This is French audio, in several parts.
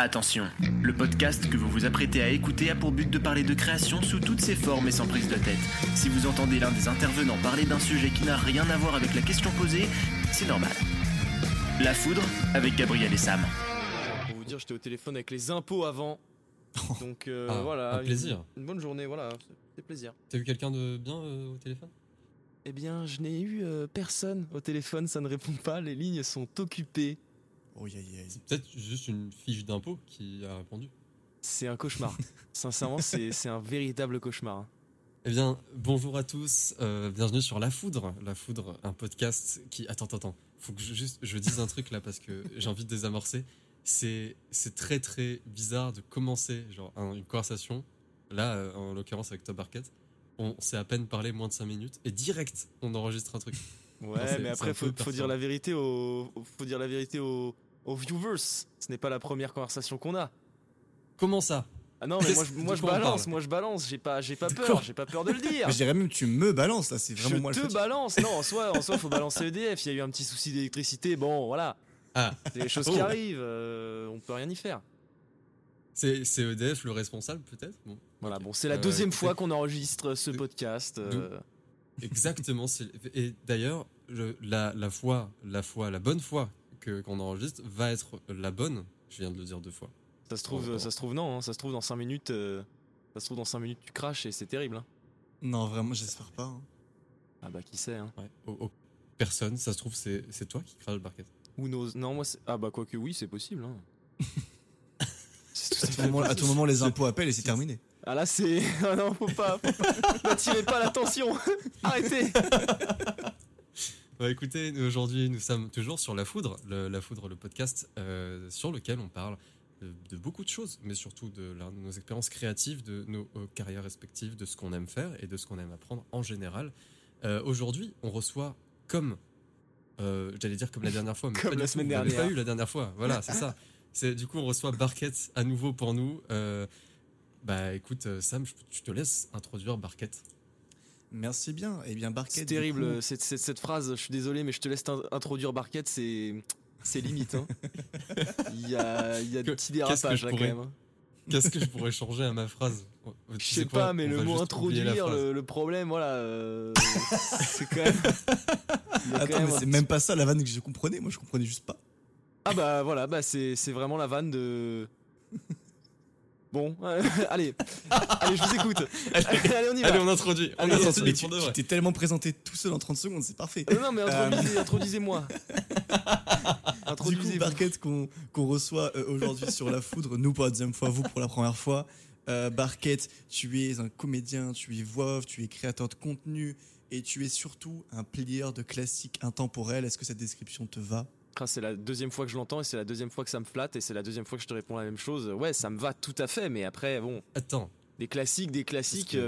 Attention, le podcast que vous vous apprêtez à écouter a pour but de parler de création sous toutes ses formes et sans prise de tête. Si vous entendez l'un des intervenants parler d'un sujet qui n'a rien à voir avec la question posée, c'est normal. La foudre avec Gabriel et Sam. Pour vous dire, j'étais au téléphone avec les impôts avant. Donc euh, Ah, voilà. un plaisir. Une, une bonne journée, voilà. C'est plaisir. T'as eu quelqu'un de bien euh, au téléphone Eh bien, je n'ai eu euh, personne au téléphone, ça ne répond pas, les lignes sont occupées. Oh, yeah, yeah, yeah. C'est peut-être juste une fiche d'impôt qui a répondu. C'est un cauchemar. Sincèrement, c'est c'est un véritable cauchemar. Eh bien, bonjour à tous, euh, bienvenue sur La Foudre. La Foudre, un podcast qui... Attends, attends, attends, faut que je, juste je dise un truc là parce que j'ai envie de désamorcer. C'est c'est très très bizarre de commencer genre un- une conversation, là euh, en l'occurrence avec Top Arquette. On s'est à peine parlé moins de 5 minutes et direct on enregistre un truc. Non, Ouais, c'est- mais c'est après, un peu faut, faut dire perturbant. la vérité aux, aux- faut dire la vérité aux, aux viewers. Ce n'est pas la première conversation qu'on a. Comment ça Ah non, mais moi, Qu'est-ce- je, moi, de je quoi on balance, parle moi je balance, j'ai pas, j'ai pas De peur, quoi j'ai pas peur de le dire. Mais je dirais même tu me balances là, c'est vraiment je moi le te fatigué. balance. Non, en soi, en soi, faut balancer EDF. Il y a eu un petit souci d'électricité. Bon, voilà. Ah. C'est des choses Oh. qui arrivent. euh, on peut rien y faire. C'est c'est EDF le responsable peut-être Bon. Voilà. Ok. Bon, c'est la Euh, deuxième c'est- fois qu'on enregistre ce podcast. euh, Exactement. c'est- Et d'ailleurs, je- la, la foi, la foi, la bonne foi que qu'on enregistre va être la bonne. Je viens de le dire deux fois. ça se trouve, Oh. ça se trouve non. hein, ça se trouve dans 5 minutes. euh, ça se trouve dans 5 minutes tu crashes et c'est terrible. hein. Non, vraiment, j'espère pas. hein. Ah bah qui sait. Hein. Ouais. Oh, oh. Personne. Ça se trouve, c'est c'est toi qui crache le parquet. Who knows Non, moi, c'est- ah bah quoique oui, c'est possible. hein. C'est tout à À tout, fait moment, à possible. tout moment, les impôts appellent et c'est terminé. Ah là, c'est. Ah non, faut pas. Faut pas. N'attirez pas l'attention. Arrêtez. Bah, écoutez, nous, aujourd'hui, nous sommes toujours sur La Foudre, le- La Foudre, le podcast euh, sur lequel on parle de, de beaucoup de choses, mais surtout de, la- de nos expériences créatives, de nos euh, carrières respectives, de ce qu'on aime faire et de ce qu'on aime apprendre en général. Euh, aujourd'hui, on reçoit comme, euh, j'allais dire comme la dernière fois, mais Comme pas du la tout, semaine on l'avait dernière. pas eu la dernière fois. Voilà, c'est ça. C'est du coup, on reçoit Barquette à nouveau pour nous. Euh, bah écoute, euh, Sam, je, je te laisse introduire Barquette. Merci bien. Et bien, Barquette. C'est du terrible coup- euh, cette, cette- cette phrase, je suis désolé, mais je te laisse t'in- introduire Barquette, c'est c'est limite. hein. Il y a, il y a de Que- petits qu'est-ce que dérapages je là quand pourrais- même. hein. Qu'est-ce que je pourrais changer à ma phrase Tu Je sais quoi, pas, mais on le va mot juste oublier la introduire, phrase. le, le problème, voilà, euh, c'est quand même. il y a quand même Attends, mais un c'est petit- même pas ça la vanne que je comprenais. Moi, je comprenais juste pas. Ah bah voilà, bah c'est c'est vraiment la vanne de. Bon, euh, allez, allez, je vous écoute. allez, on y va. Allez, on introduit. On Allez, Attends, introduit mais pour tu de vrai. tu t'es tellement présenté tout seul en 30 secondes, c'est parfait. Euh, Non, non, mais Euh, introduisez- introduisez-moi. Du coup, Introduisez-vous. Barquette qu'on qu'on reçoit euh, aujourd'hui sur La Foudre, nous pour la deuxième fois, vous pour la première fois. Euh, Barquette, tu es un comédien, tu es voix off, tu es créateur de contenu et tu es surtout un plieur de classiques intemporels. Est-ce que cette description te va Ah, c'est la deuxième fois que je l'entends et c'est la deuxième fois que ça me flatte et c'est la deuxième fois que je te réponds la même chose. Ouais, ça me va tout à fait, mais après, bon, Attends, des classiques, des classiques, Parce que-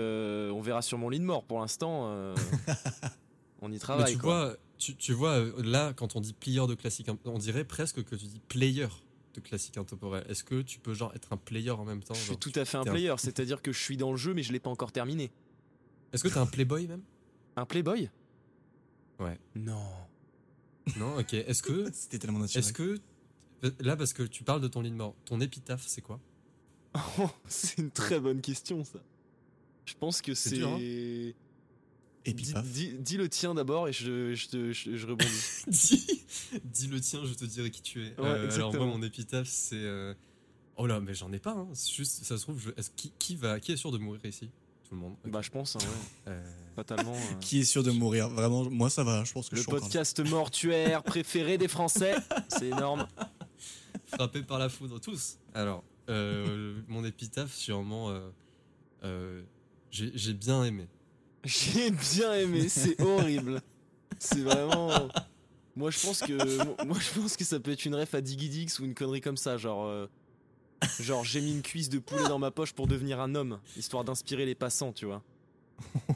euh, on verra sur mon lit de mort pour l'instant. euh, on y mais travaille. tu Ah quoi. vois, tu, tu vois, euh, là, quand on dit plieur de classique, imp- on dirait presque que tu dis player de classique intemporel. Est-ce que tu peux genre être un player en même temps je suis genre, tout tu- à fait un t'es un- player, c'est-à-dire que je suis dans le jeu mais je l'ai pas encore terminé. Est-ce que t'es un playboy même Un playboy Ouais. Non. Non, ok. Est-ce que, C'était tellement naturel. est-ce que, là, parce que tu parles de ton lit de mort, ton épitaphe, c'est quoi c'est une très bonne question ça. Je pense que C'est c'est. dur, hein Et puis Dis, paf. dis- dis le tien d'abord et je, je, te- je- je rebondis. dis, dis le tien, je te dirai qui tu es. Ouais, Euh, alors moi, exactement. mon épitaphe, c'est, euh, oh là, mais j'en ai pas. Hein. C'est Juste, ça se trouve, je- est-ce- qui, qui va, qui est sûr de mourir ici Tout le monde. Ok. bah je pense, hein, ouais. Euh, fatalement. euh. Qui est sûr de mourir Vraiment, moi ça va, hein, je pense que Le je suis encore là. podcast mortuaire préféré des Français. C'est énorme. frappés par la foudre, tous. Alors, euh, mon épitaphe, sûrement, euh, euh, j'ai j'ai bien aimé. J'ai bien aimé, c'est horrible. C'est vraiment. Moi je pense que moi je pense que ça peut être une ref à Diggy Dix ou une connerie comme ça, genre euh, genre j'ai mis une cuisse de poulet dans ma poche pour devenir un homme, histoire d'inspirer les passants, tu vois.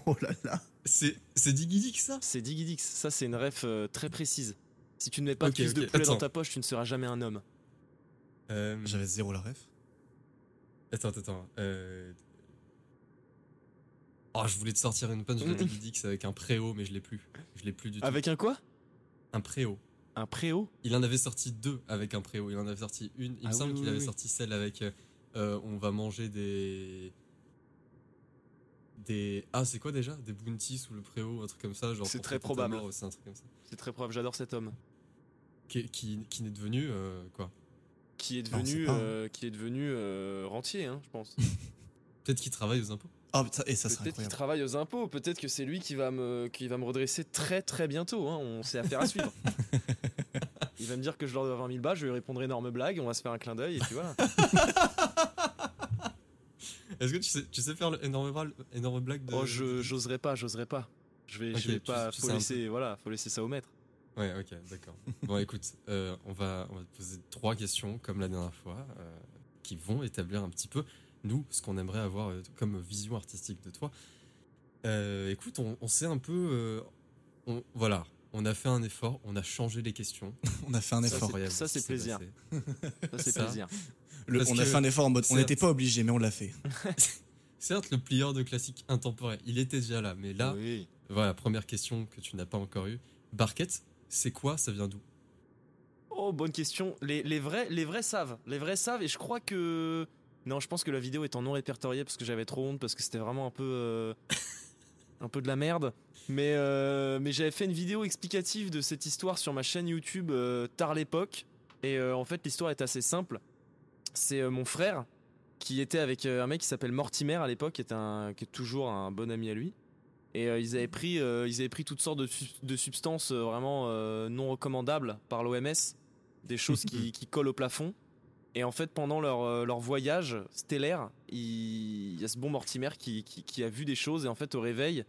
Oh là là. C'est c'est Diggy Dick, ça C'est Diggy Dix, ça c'est une ref euh, très précise. Si tu ne mets pas Ok, de cuisse de ok, poulet dans attends. ta poche, tu ne seras jamais un homme. Euh, Mm. J'avais zéro la ref. Attends, attends, attends. euh, Oh, je voulais te sortir une punch de Diggy Dick avec un préau, mais je l'ai plus. Je l'ai plus du tout. Avec un quoi un préau. Un préau Il en avait sorti deux avec un préau. Il en avait sorti une. Ah Il me oui, semble oui, qu'il avait oui. sorti celle avec euh, euh, On va manger des. Des. Ah, c'est quoi déjà Des bounties sous le préau, un truc comme ça. genre C'est pour très traiter ta probable. mort, C'est un truc comme ça. C'est très probable, j'adore cet homme. Qui, qui, qui n'est devenu. euh, quoi Qui est Non, c'est devenu, pas- euh, qui est devenu euh, rentier, hein, je pense. Peut-être qu'il travaille aux impôts. Ah, putain, et ça serait Peut-être qu'il incroyable. travaille aux impôts, peut-être que c'est lui qui va, me, qui va me redresser très très bientôt. hein, On s'est affaire à suivre. Il va me dire que je leur dois 20 000 balles, je lui répondrai énorme blague, on va se faire un clin d'œil et puis voilà. Est-ce que tu sais, tu sais faire l'énorme énorme blague de. Oh, je j'oserais pas, j'oserais pas. Je vais, Ok, je vais tu- pas. tu faut sais un laisser, voilà, faut laisser ça au maître. Ouais, ok, d'accord. Bon, écoute, euh, on, va, on va te poser trois questions, comme la dernière fois, euh, qui vont établir un petit peu, nous, ce qu'on aimerait avoir euh, comme vision artistique de toi. Euh, écoute, on, on s'est un peu. euh, on- voilà, on a fait un effort, on a changé les questions. On a fait un c'est- effort. Incroyable ça, ce qui c'est s'est plaisir. passé. Ça c'est Ça. plaisir. Le- Parce on a que- fait un effort en mode. On c'est- n'était pas obligé, mais on l'a fait. Certes, le plieur de classique intemporel, il était déjà là, mais là, Oui. voilà, première question que tu n'as pas encore eue. Barquette, c'est quoi Ça vient d'où Ah, Oh, bonne question. Les, les vrais, les vrais savent. Les vrais savent et je crois que. Non, je pense que la vidéo est en non répertoriée parce que j'avais trop honte parce que c'était vraiment un peu. euh, un peu de la merde. Mais, euh, mais j'avais fait une vidéo explicative de cette histoire sur ma chaîne YouTube euh, tard l'époque. Et euh, en fait, l'histoire est assez simple. C'est euh, mon frère qui était avec euh, un mec qui s'appelle Mortimer à l'époque, qui, est un- qui est toujours un bon ami à lui. Et euh, ils, avaient pris, euh, ils avaient pris toutes sortes de, sus- de substances euh, vraiment euh, non recommandables par l'OMS, des choses qui, qui collent au plafond. Et en fait, pendant leur, euh, leur voyage stellaire, il, il y a ce bon Mortimer qui, qui- qui a vu des choses. Et en fait, au réveil,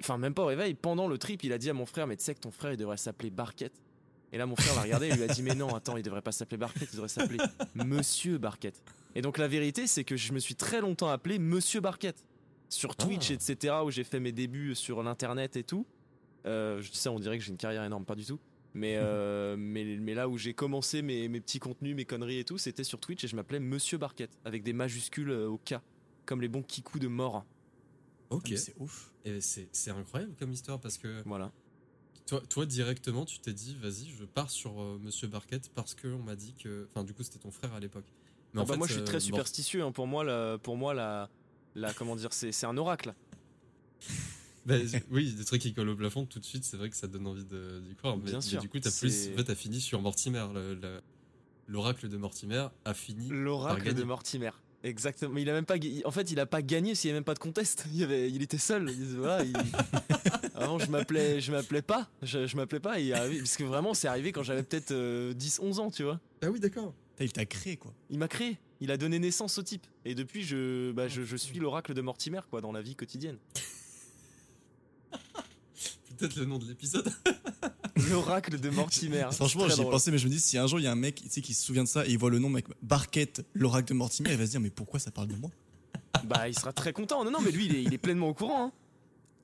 enfin, même pas au réveil, pendant le trip, il a dit à mon frère Mais tu sais que ton frère, il devrait s'appeler Barquette. Et là, mon frère l'a regardé et lui a dit Mais non, attends, il devrait pas s'appeler Barquette, il devrait s'appeler Monsieur Barquette. Et donc, la vérité, c'est que je me suis très longtemps appelé Monsieur Barquette sur Twitch, Ah. etc., où j'ai fait mes débuts sur l'internet et tout. Euh, je dis ça, on dirait que j'ai une carrière énorme, pas du tout. Mais, euh, mais, mais là où j'ai commencé mes, mes petits contenus, mes conneries et tout, c'était sur Twitch et je m'appelais Monsieur Barquette, avec des majuscules euh, au K, comme les bons kikous de mort. Ok. Ah, Mais C'est ouf. Et C'est c'est incroyable comme histoire parce que. Voilà. Toi, toi, directement, tu t'es dit, vas-y, je pars sur euh, Monsieur Barquette parce qu'on m'a dit que. Enfin, du coup, c'était ton frère à l'époque. Mais Ah en bah fait, moi, je suis euh, très Mort- superstitieux. hein. Pour moi, la, pour moi la, la, comment dire, c'est c'est un oracle. Bah, oui, des trucs qui collent au plafond, tout de suite, c'est vrai que ça donne envie de- d'y croire. Mais, Bien mais sûr, du coup, t'as c'est- plus. en fait, t'as fini sur Mortimer. le- le- L'oracle de Mortimer a fini. L'oracle de gagné. Mortimer. Exactement. Mais il a même pas. ga- En fait, il a pas gagné s'il n'y avait même pas de contest. Il, y avait... il était seul. Il- Voilà, il- Avant, je m'appelais, je m'appelais pas. Je, je m'appelais pas. Il est arrivé- Parce que vraiment, c'est arrivé quand j'avais peut-être 10-11 ans, tu vois. Ah oui, d'accord. Putain, Il t'a créé, quoi. Il m'a créé. Il a donné naissance au type. Et depuis, je, bah, je, je suis l'oracle de Mortimer, quoi, dans la vie quotidienne. Peut-être le nom de l'épisode. L'oracle de Mortimer. Franchement, Très j'y ai drôle. pensé, mais je me dis, si un jour il y a un mec tu sais, qui se souvient de ça et il voit le nom, mec, Barquette, l'oracle de Mortimer, il va se dire, mais pourquoi ça parle de moi Bah, il sera très content. Non, non, mais lui, il est, il est pleinement au courant. hein.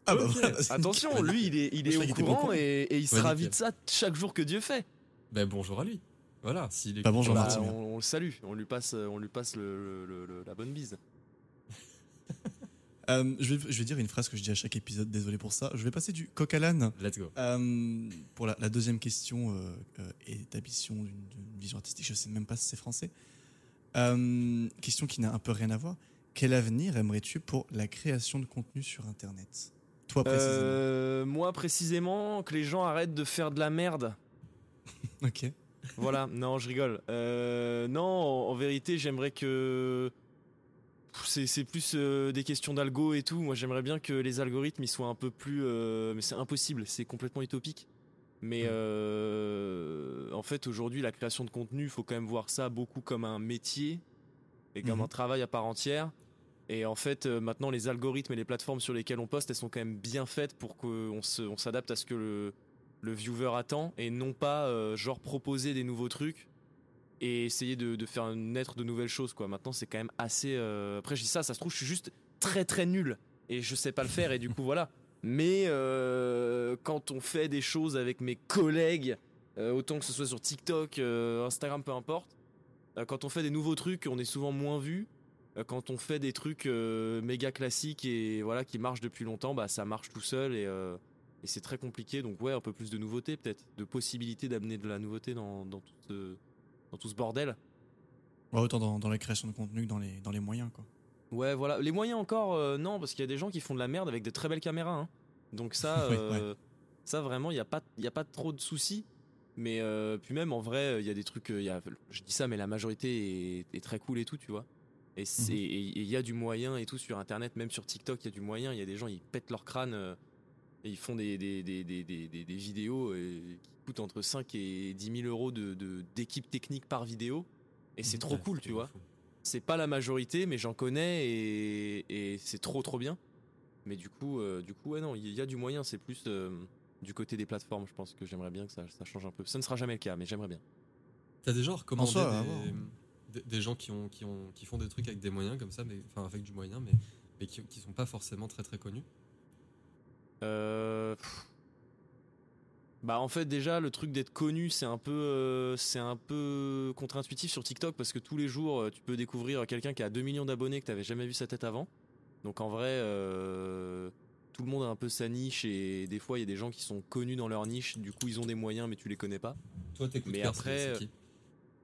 Ah Ok. c'est Attention, nickel. lui, il est, il Je est croyais au qu'il était pas au courant courant. et, et il se Ouais, ravit nickel. de ça chaque jour que Dieu fait. Bah, bonjour à lui. Voilà. s'il est Bah, bonjour, Bah, Martin. on, on le salue, on lui passe, on lui passe le- le- le- la bonne bise. Euh, je, vais, je vais dire une phrase que je dis à chaque épisode, désolé pour ça. Je vais passer du coq à l'âne Let's go. Euh, pour la, la deuxième question euh, euh, établissement d'une d'une vision artistique. Je sais même pas si c'est français. Euh, question qui n'a un peu rien à voir. Quel avenir aimerais-tu pour la création de contenu sur Internet Toi précisément. Euh, moi précisément, que les gens arrêtent de faire de la merde. Ok. Voilà, non, je rigole. Euh, non, en, en vérité, j'aimerais que. Pff, C'est c'est plus euh, des questions d'algo et tout. Moi, j'aimerais bien que les algorithmes ils soient un peu plus. euh, Mais c'est impossible, c'est complètement utopique. Mais euh, en fait, aujourd'hui, la création de contenu, il faut quand même voir ça beaucoup comme un métier et comme Mhm. un travail à part entière. Et en fait, euh, maintenant, les algorithmes et les plateformes sur lesquelles on poste, elles sont quand même bien faites pour qu'on se- on s'adapte à ce que le, le viewer attend et non pas euh, genre proposer des nouveaux trucs et essayer de, de faire naître de nouvelles choses quoi. Maintenant c'est quand même assez. euh, Après je dis ça, ça se trouve je suis juste très très nul et je sais pas le faire et du coup voilà. Mais euh, quand on fait des choses avec mes collègues, euh, autant que ce soit sur TikTok, euh, Instagram, peu importe, euh, quand on fait des nouveaux trucs, on est souvent moins vu. Euh, Quand on fait des trucs euh, méga classiques et voilà qui marchent depuis longtemps, bah ça marche tout seul et euh, Et c'est très compliqué, donc ouais, un peu plus de nouveautés peut-être, de possibilités d'amener de la nouveauté dans, dans tout, ce, dans tout ce bordel. Ouais, autant dans, dans la création de contenu que dans les, dans les moyens, quoi. Ouais, voilà. Les moyens encore, euh, non, parce qu'il y a des gens qui font de la merde avec des très belles caméras. hein. Donc ça, Ouais, euh, ça vraiment, il n'y a, pas- il y a pas trop de soucis. Mais euh, puis même, en vrai, il y a des trucs, euh, il y a, je dis ça, mais la majorité est, est très cool et tout, tu vois. Et c'est- Mhm. et- et il y a du moyen et tout sur Internet, même sur TikTok, il y a du moyen. Il y a des gens, ils pètent leur crâne euh, et ils font des, des, des, des, des, des- des vidéos euh, qui coûtent entre 5 et 10 000 euros d'équipe de, d'équipe technique par vidéo. Et c'est trop Mhm. Ouais, cool, c'est tu vois. fou. C'est pas la majorité, mais j'en connais et, et c'est trop trop bien. Mais du coup, euh, du coup, ouais, non, il y a du moyen. C'est plus euh, du côté des plateformes, je pense que j'aimerais bien que ça, ça change un peu. Ça ne sera jamais le cas, mais j'aimerais bien. T'as déjà recommandé soi, hein. à voir. des, des- des gens qui, ont, qui, ont, qui font des trucs avec des moyens comme ça, mais, enfin avec du moyen, mais, mais qui, qui sont pas forcément très très connus. Euh, pff. Bah, en fait, déjà, le truc d'être connu, c'est un peu, euh, c'est un peu contre-intuitif sur TikTok parce que tous les jours, euh, tu peux découvrir quelqu'un qui a 2 millions d'abonnés que t'avais jamais vu sa tête avant. Donc, en vrai, euh, tout le monde a un peu sa niche et des fois, il y a des gens qui sont connus dans leur niche. Du coup, ils ont des moyens, mais tu les connais pas. Toi, tes coups de Mais cœur, c'est- après, c'est qui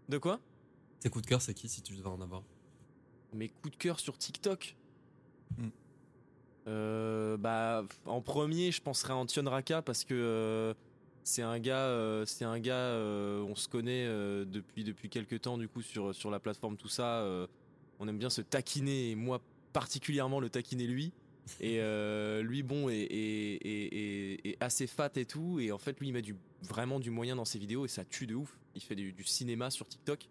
De quoi euh, Tes coups de cœur, c'est qui si tu devais en avoir Mes coups de cœur sur TikTok. Hmm. Euh, bah, en premier, je penserais à Antion Raka parce que euh, c'est un gars, euh, c'est un gars, euh, on se connaît euh, depuis depuis quelques temps du coup sur sur la plateforme tout ça. euh, on aime bien se taquiner et moi particulièrement le taquiner lui. Et euh, lui, bon, est, est- est- est- est assez fat et tout. Et en fait, lui, il met du, vraiment du moyen dans ses vidéos et ça tue de ouf. Il fait du, du cinéma sur TikTok.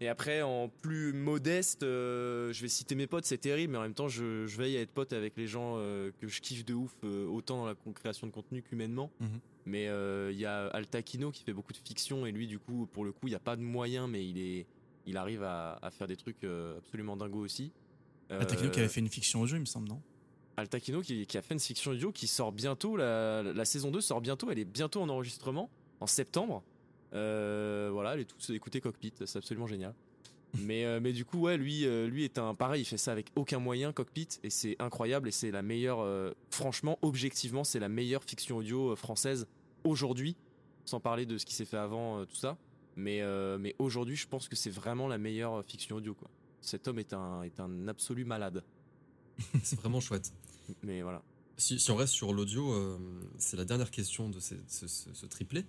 Et après, en plus modeste, euh, je vais citer mes potes, c'est terrible, mais en même temps, je, je veille à être pote avec les gens euh, que je kiffe de ouf, euh, autant dans la con- création de contenu qu'humainement. Mhm. Mais euh, il y a Altakino qui fait beaucoup de fiction, et lui, du coup, pour le coup, il n'y a pas de moyens, mais il, est, il arrive à, à faire des trucs euh, absolument dingos aussi. La technique Euh, avait fait une fiction au jeu, il me semble, non Altakino qui, qui a fait une fiction audio qui sort bientôt, la, la saison 2 sort bientôt, elle est bientôt en enregistrement, en septembre. Euh, voilà, allez tous écouter Cockpit, c'est absolument génial. mais, euh, mais du coup, ouais, lui, euh, lui est un pareil, il fait ça avec aucun moyen, Cockpit, et c'est incroyable, et c'est la meilleure, euh, franchement, objectivement, c'est la meilleure fiction audio euh, française aujourd'hui, sans parler de ce qui s'est fait avant, euh, tout ça. Mais, euh, mais aujourd'hui, je pense que c'est vraiment la meilleure euh, fiction audio, quoi. Cet homme est un, est un absolu malade. C'est vraiment chouette. Mais voilà. Si, si on reste sur l'audio, euh, c'est la dernière question de ces- ce, ce- ce triplé.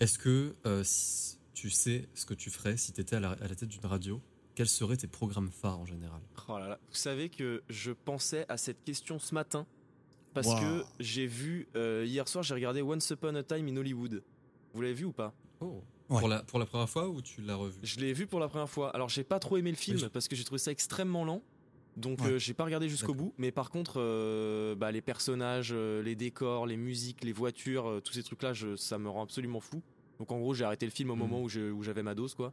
Est-ce que euh, si- tu sais ce que tu ferais si tu étais à la, à la tête d'une radio Quels seraient tes programmes phares en général Oh là là. Vous savez que je pensais à cette question ce matin parce Waouh. que j'ai vu euh, hier soir, j'ai regardé Once Upon a Time in Hollywood. Vous l'avez vu ou pas Oh. Ouais. Pour, la, pour la première fois ou tu l'as revu Je l'ai vu pour la première fois. Alors j'ai pas trop aimé le film Oui, je- parce que j'ai trouvé ça extrêmement lent. Donc Ouais. euh, j'ai pas regardé jusqu'au D'accord. bout, mais par contre, euh, bah, les personnages, euh, les décors, les musiques, les voitures, euh, tous ces trucs-là, je- ça me rend absolument fou. Donc en gros, j'ai arrêté le film au Mhm. moment où je- où j'avais ma dose, quoi.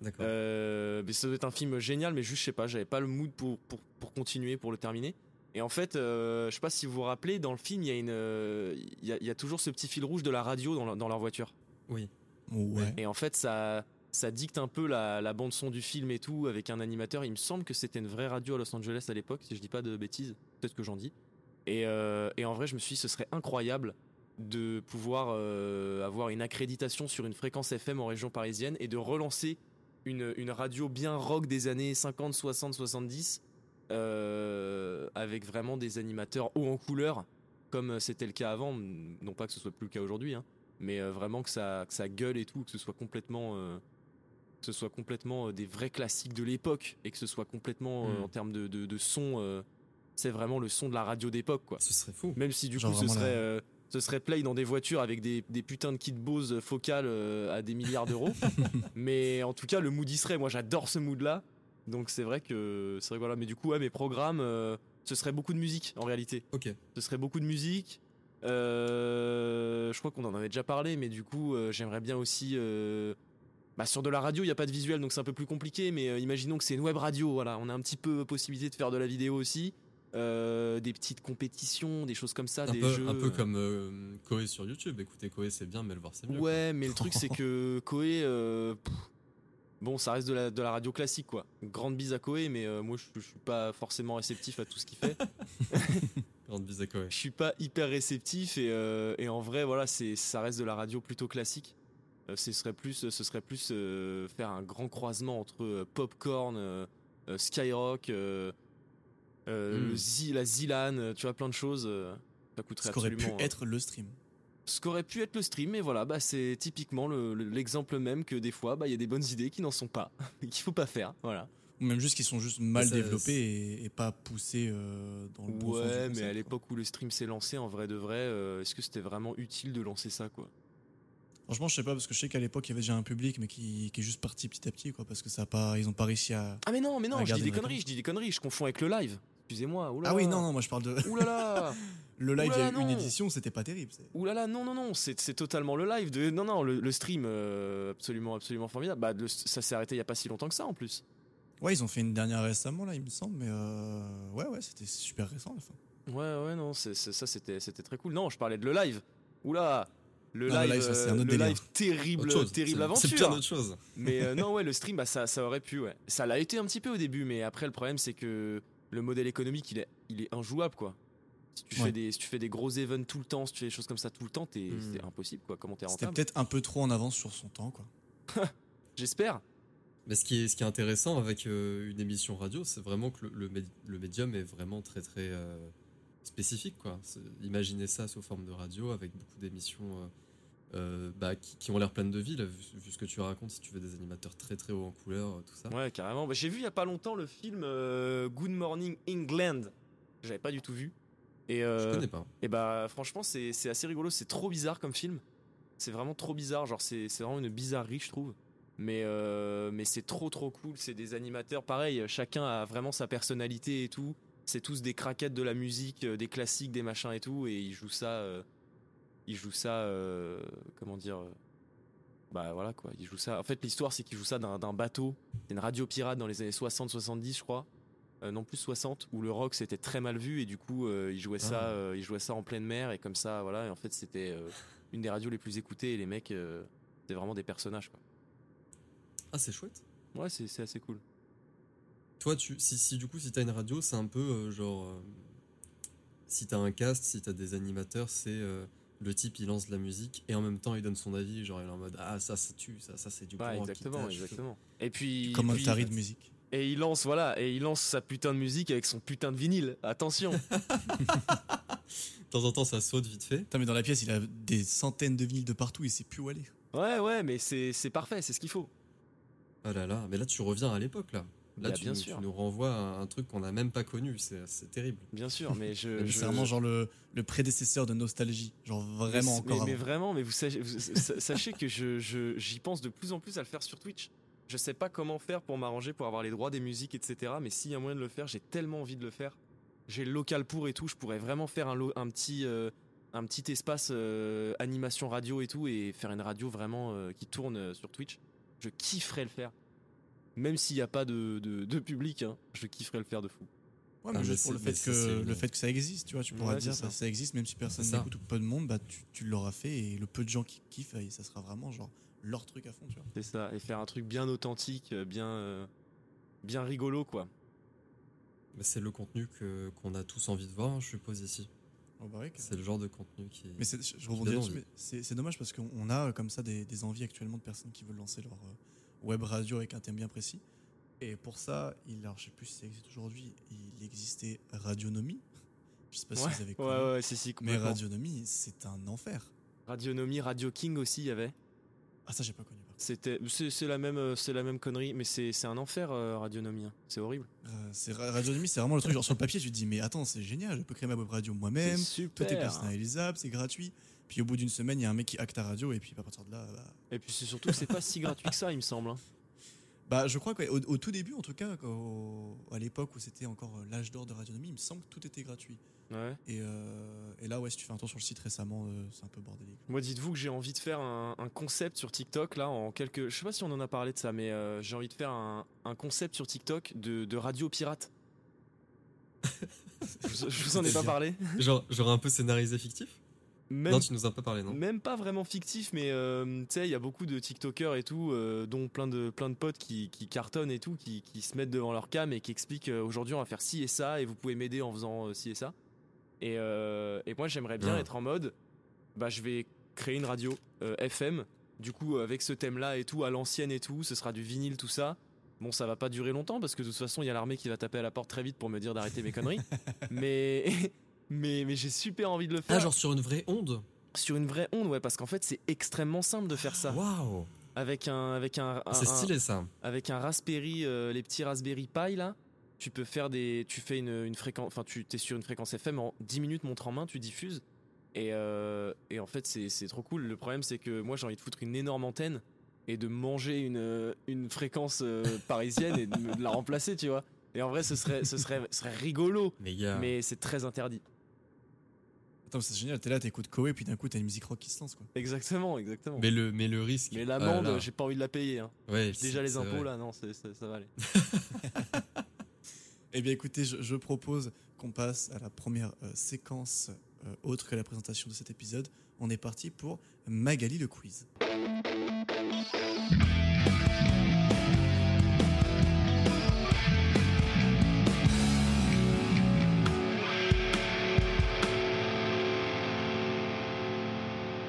D'accord. Euh, mais ça doit être un film génial, mais juste, je sais pas, j'avais pas le mood pour, pour, pour continuer, pour le terminer. Et en fait, euh, je sais pas si vous vous rappelez, dans le film, il y, a une, euh, il y, a, il y a toujours ce petit fil rouge de la radio dans, leur- dans leur voiture. Oui. Ouais. Et en fait, ça, ça dicte un peu la, la bande-son du film et tout, avec un animateur. Il me semble que c'était une vraie radio à Los Angeles à l'époque, si je dis pas de bêtises, peut-être que j'en dis. Et, euh, et en vrai, je me suis dit, ce serait incroyable de pouvoir euh, avoir une accréditation sur une fréquence FM en région parisienne et de relancer une, une radio bien rock des années 50, 60, 70 euh, avec vraiment des animateurs haut en couleur comme euh, c'était le cas avant, non pas que ce soit plus le cas aujourd'hui, hein, mais euh, vraiment que ça, que ça gueule et tout, que ce soit complètement, euh, que ce soit complètement euh, des vrais classiques de l'époque et que ce soit complètement euh, Mm. en termes de, de- de son, euh, c'est vraiment le son de la radio d'époque quoi. Ce serait fou. Même si du Genre coup ce vraiment la- serait, euh, ce serait play dans des voitures avec des, des putains de kits Bose focales euh, à des milliards d'euros. mais en tout cas le mood y serait. Moi j'adore ce mood là. Donc c'est vrai que c'est vrai que voilà. Mais du coup ouais, mes programmes, euh, ce serait beaucoup de musique en réalité. Ok. Ce serait beaucoup de musique. Euh, je crois qu'on en avait déjà parlé, mais du coup euh, j'aimerais bien aussi. euh, bah, sur de la radio, il n'y a pas de visuel, donc c'est un peu plus compliqué, mais euh, imaginons que c'est une web radio, voilà, on a un petit peu possibilité de faire de la vidéo aussi, euh, des petites compétitions, des choses comme ça, un, des peu, jeux. un peu comme euh, Koé sur YouTube. Écoutez, Koé, c'est bien, mais le voir, c'est mieux. Ouais, mais le truc c'est que Koé, euh, pff, bon, ça reste de la, de la radio classique, quoi. Grande bise à Koé, mais euh, moi je, je suis pas forcément réceptif à tout ce qu'il fait. quoi. Grande bise à Koé. je suis pas hyper réceptif et, euh, et en vrai voilà c'est ça reste de la radio plutôt classique Euh, ce serait plus ce serait plus euh, faire un grand croisement entre euh, popcorn euh, euh, skyrock euh, euh, Hmm. Mm. le Zi- la Zilan euh, tu vois plein de choses euh, ça coûterait Ce qu'aurait pu absolument euh, être le stream. ce qu'aurait pu être le stream mais voilà bah c'est typiquement le- le- l'exemple même que des fois bah il y a des bonnes idées qui n'en sont pas qu'il faut pas faire voilà Ou même juste qu'ils sont juste mal Ça, développés et, et pas poussés euh, dans le bon sens. du ouais mais concept, à quoi. l'époque où le stream s'est lancé en vrai de vrai euh, est-ce que c'était vraiment utile de lancer ça quoi Franchement, je sais pas, parce que je sais qu'à l'époque, il y avait déjà un public, mais qui, qui est juste parti petit à petit, quoi, parce que ça a pas, ils ont pas réussi à. Ah mais non, mais non, je Regarde dis des une réponse. conneries, je dis des conneries, je confonds avec le live. Excusez-moi. oulala. Ah oui, non, non, moi je parle de. Oulala. Le live, il y a Oulala, eu une non. édition, c'était pas terrible. c'est- Oulala, non, non, non, c'est c'est totalement le live. De... Non, non, le, le stream, euh, absolument, absolument formidable. Bah, le- ça s'est arrêté il y a pas si longtemps que ça en plus. Ouais, ils ont fait une dernière récemment, là, il me semble, mais euh, ouais, ouais, c'était super récent, la fin. Ouais, ouais, non, c'est c'est- ça c'était c'était très cool. Non, je parlais de le live. Oula, le Non, le live, live, ça, c'est euh, un autre le délire. live terrible, Autre chose. terrible C'est- aventure. C'est bien autre chose. Mais euh, non, ouais, le stream, bah, ça, ça aurait pu, ouais. Ça l'a été un petit peu au début, mais après, le problème, c'est que le modèle économique, il est, il est injouable, quoi. Si tu, Ouais. fais des, si tu fais des gros events tout le temps, si tu fais des choses comme ça tout le temps, t'es- Hmm. c'est impossible, quoi. Comment t'es C'était rentable peut-être un peu trop en avance sur son temps, quoi. J'espère. Mais ce qui est, ce qui est intéressant avec euh, une émission radio, c'est vraiment que le, le, mé- le médium est vraiment très très euh, spécifique. Quoi. C'est- Imaginez ça sous forme de radio avec beaucoup d'émissions euh, euh, bah, qui, qui ont l'air pleines de vie, là, vu, vu ce que tu racontes, si tu veux des animateurs très très hauts en couleur, euh, tout ça. Ouais, carrément. Bah, J'ai vu il y a pas longtemps le film euh, Good Morning England. J'avais pas du tout vu. Et, Je euh, connais pas. et bah, franchement, c'est c'est assez rigolo. C'est trop bizarre comme film. C'est vraiment trop bizarre. Genre, c'est c'est vraiment une bizarrerie, je trouve. Mais, euh, mais c'est trop, trop cool. C'est des animateurs. Pareil, chacun a vraiment sa personnalité et tout. C'est tous des craquettes de la musique, euh, des classiques, des machins et tout. Et ils jouent ça. euh, ils jouent ça. euh, comment dire euh, Bah voilà quoi. Ils jouent ça. En fait, l'histoire, c'est qu'ils jouent ça d'un d'un bateau. C'est une radio pirate dans les années 60-70, je crois. Euh, non plus 60, où le rock c'était très mal vu et du coup euh, ils jouaient ça, Ah. euh, ils jouaient ça en pleine mer et comme ça voilà. Et en fait c'était euh, une des radios les plus écoutées et les mecs euh, c'était vraiment des personnages quoi. Ah, c'est chouette. Ouais, c'est c'est assez cool. Toi, tu, si, si du coup, si t'as une radio, c'est un peu euh, genre. euh, si t'as un cast, si t'as des animateurs, c'est. euh, le type il lance de la musique et en même temps il donne son avis, genre il est en mode ah ça ça tue, ça ça c'est du bon Ouais, rock qui exactement, tâche. exactement. Et puis bah, Comme un puis- taré de musique. et il lance voilà, et il lance sa putain de musique avec son putain de vinyle. Attention. De temps en temps ça saute vite fait. Putain, mais dans la pièce, il a des centaines de vinyles de partout, il sait plus où aller. ouais, ouais, mais c'est c'est parfait, c'est ce qu'il faut. Ah là là, mais là tu reviens à l'époque là. Là Bah, tu, bien nous- sûr. tu nous renvoies à un truc qu'on n'a même pas connu, c'est c'est terrible. Bien sûr, mais je, Mais Euh, je- c'est vraiment genre le, le prédécesseur de Nostalgie. Genre vraiment mais, encore mais avant. vraiment, mais vous sachez, vous- sa- sachez que je je- j'y pense de plus en plus à le faire sur Twitch. Je sais pas comment faire pour m'arranger pour avoir les droits des musiques, etc. Mais s'il y a moyen de le faire, j'ai tellement envie de le faire. J'ai le local pour et tout. Je pourrais vraiment faire un, lo- un petit euh, un petit espace euh, animation radio et tout et faire une radio vraiment euh, qui tourne euh, sur Twitch. Je kifferais le faire. Même s'il n'y a pas de, de- de public, hein, je kifferais le faire de fou. Ouais, mais Ah, mais juste pour le c'est- mais fait, ça, c'est que, une- le fait que ça existe, tu vois, tu pourras Ouais, dire c'est ça. ça. ça existe, même si personne C'est ça. n'écoute ou peu de monde, bah tu, tu l'auras fait et le peu de gens qui kiffent, et ça sera vraiment genre leur truc à fond, tu vois. C'est ça. Et faire un truc bien authentique, euh, bien, euh, bien rigolo, quoi. Mais c'est le contenu que qu'on a tous envie de voir, je suppose ici. Oh, bah ouais, que- C'est le genre de contenu qui Mais c'est- je je rebondis donne là-dessus, envie. mais c'est c'est dommage parce qu'on on a euh, comme ça des, des envies actuellement de personnes qui veulent lancer leur euh, web radio avec un thème bien précis. Et pour ça, il, alors, je sais plus si ça existe aujourd'hui, il existait Radionomie. Je sais pas si vous avez Ouais, connu. ouais, c'est si. mais complètement. Radionomie, c'est un enfer. Radionomie, Radio King aussi, il y avait. Ah, ça, j'ai pas connu par contre. C'était, c'est c'est la même, euh, c'est la même connerie, mais c'est, c'est un enfer euh, Radionomie. hein. C'est horrible. Euh, c'est Ra- Radionomie, c'est vraiment le truc, genre sur le papier, tu te dis, mais attends, c'est génial, je peux créer ma web radio moi-même, c'est tout super. est personnalisable, c'est gratuit. Puis au bout d'une semaine, il y a un mec qui hack ta radio, et puis à partir de là, bah, Et puis c'est surtout, que c'est pas si gratuit que ça, il me semble. hein. Bah, je crois qu'au au tout début, en tout cas, au- à l'époque où c'était encore euh, l'âge d'or de Radionomie, il me semble que tout était gratuit. Ouais. Et, euh, et là, ouais, si tu fais un tour sur le site récemment, euh, c'est un peu bordélique. Moi, dites-vous que j'ai envie de faire un, un concept sur TikTok là, en quelques. Je sais pas si on en a parlé de ça, mais euh, j'ai envie de faire un, un concept sur TikTok de, de radio pirate. je, vous- je vous en ai pas C'est-à-dire parlé. genre genre un peu scénarisé fictif Même Non, tu nous as pas parlé non. Même pas vraiment fictif, mais euh, tu sais, il y a beaucoup de TikTokers et tout, euh, dont plein de, plein de potes qui, qui cartonnent et tout, qui, qui se mettent devant leur cam et qui expliquent euh, aujourd'hui on va faire ci et ça, et vous pouvez m'aider en faisant euh, ci et ça. Et, euh, et moi, j'aimerais bien Ah. être en mode, bah, je vais créer une radio euh, FM. Du coup, avec ce thème-là et tout, à l'ancienne et tout, ce sera du vinyle, tout ça. Bon, ça va pas durer longtemps parce que de toute façon, il y a l'armée qui va taper à la porte très vite pour me dire d'arrêter mes conneries. mais mais, mais j'ai super envie de le faire. Ah, genre sur une vraie onde Sur une vraie onde, ouais, parce qu'en fait, c'est extrêmement simple de faire ça. Waouh Avec un, avec un, un- C'est un- stylé ça. avec un Raspberry, euh, les petits Raspberry Pi là, tu peux faire des, tu fais une, une fréquence, enfin tu es sur une fréquence FM en 10 minutes montre en main, tu diffuses et, euh, et en fait c'est c'est trop cool. Le problème c'est que moi j'ai envie de foutre une énorme antenne et de manger une, euh, une fréquence euh, parisienne et de, me- de la remplacer, tu vois. Et en vrai ce serait ce serait, ce serait rigolo, Mais gars. mais c'est très interdit. Attends, mais c'est génial, t'es là, t'écoutes Koé, puis d'un coup t'as une musique rock qui se lance quoi. Exactement, exactement. Mais, Mais le, mais le risque. l'amende, euh, là. j'ai pas envie de la payer. hein. Ouais, c'est- Déjà les c'est impôts vrai. là, non, c'est- c'est- ça va aller. Eh bien écoutez, je, je propose qu'on passe à la première euh, séquence euh, autre que la présentation de cet épisode. On est parti pour Magali le quiz.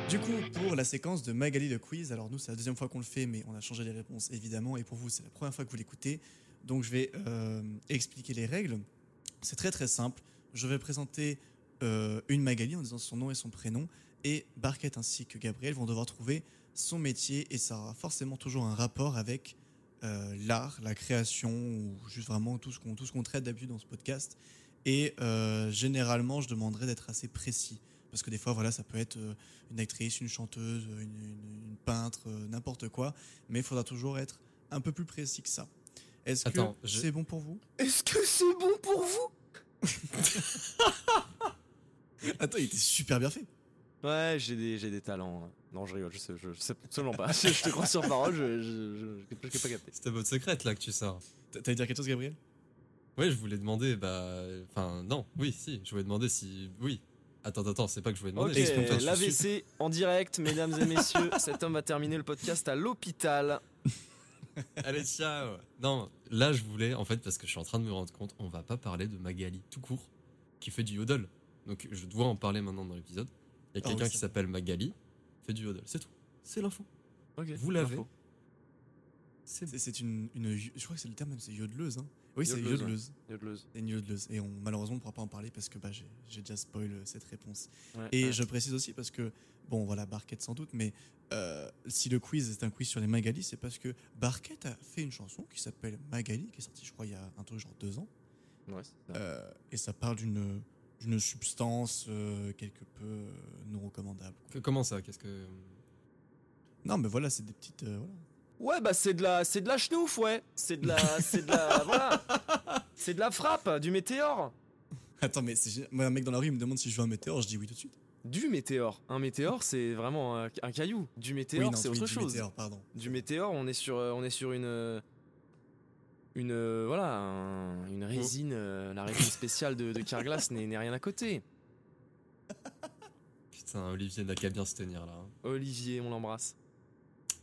Du coup, pour la séquence de Magali le quiz, alors nous c'est la deuxième fois qu'on le fait, mais on a changé les réponses évidemment, et pour vous c'est la première fois que vous l'écoutez, donc je vais euh, expliquer les règles. C'est très très simple. Je vais présenter euh, une Magali en disant son nom et son prénom, et Barquette ainsi que Gabriel vont devoir trouver son métier, et ça aura forcément toujours un rapport avec euh, l'art, la création, ou juste vraiment tout ce qu'on tout ce qu'on traite d'habitude dans ce podcast. Et euh, généralement, je demanderai d'être assez précis. Parce que des fois, voilà, ça peut être euh, une actrice, une chanteuse, une, une- une peintre, euh, n'importe quoi. Mais il faudra toujours être un peu plus précis que ça. Est-ce que Attends, je- c'est bon pour vous Est-ce que c'est bon pour vous Attends, il était super bien fait. Ouais, j'ai des, j'ai des talents. hein. Non, je rigole, je sais, je, je sais absolument pas. Je, je te crois sur parole, je je, je, je- je- je- pas capté. C'est ta botte secrète là que tu sors. T- T'allais dire quelque chose, Gabriel Ouais, je voulais demander, bah. Enfin, non, oui, si. Je voulais demander si. Oui. Attends, attends, c'est pas que je voulais demander. Ok, c'est comme ça que je suis- l'AVC en direct, mesdames et messieurs. Cet homme va terminer le podcast à l'hôpital. Allez, ciao Non, là, je voulais, en fait, parce que je suis en train de me rendre compte, on va pas parler de Magali tout court, qui fait du yodel. Donc, je dois en parler maintenant dans l'épisode. Il y a Ah oui, quelqu'un c'est qui vrai. s'appelle Magali, fait du yodel. C'est tout. C'est l'info. Ok, Vous l'avez. info. C'est C'est- C'est une, une yo- Je crois que c'est le terme même, c'est yodeleuse. Hein. Oui, c'est Yodeleuse, yodeleuse. Yodeleuse. C'est une yodeleuse. Et on, malheureusement, on ne pourra pas en parler parce que bah, j'ai- j'ai déjà spoil euh, cette réponse. Ouais, Et ouais. je précise aussi parce que, bon, voilà, Barquette sans doute, mais euh, si le quiz est un quiz sur les Magali, c'est parce que Barquette a fait une chanson qui s'appelle Magali, qui est sortie, je crois, il y a un truc genre deux ans. Ouais, c'est ça. Euh, et ça parle d'une d'une substance euh, quelque peu euh, non recommandable. quoi. Que- Comment ça Qu'est-ce que. Non, mais voilà, c'est des petites. euh, voilà. Ouais, bah c'est de la, c'est de la chenouf, ouais. C'est de la, c'est de la, voilà. C'est de la frappe, du météore. Attends, mais c'est génial. Moi, un mec dans la rue il me demande si je veux un météore, je dis oui tout de suite. Du météore. Un météore, c'est vraiment un, un caillou. Du météore, Oui, non, c'est oui, autre du chose. météore, pardon. du météore, on est sur, euh, on est sur une, euh, une, euh, voilà, un- une résine, euh, la résine spéciale de, de Carglass n'est n'est rien à côté. Putain, Olivier n'a qu'à bien se tenir là. hein. Olivier, on l'embrasse.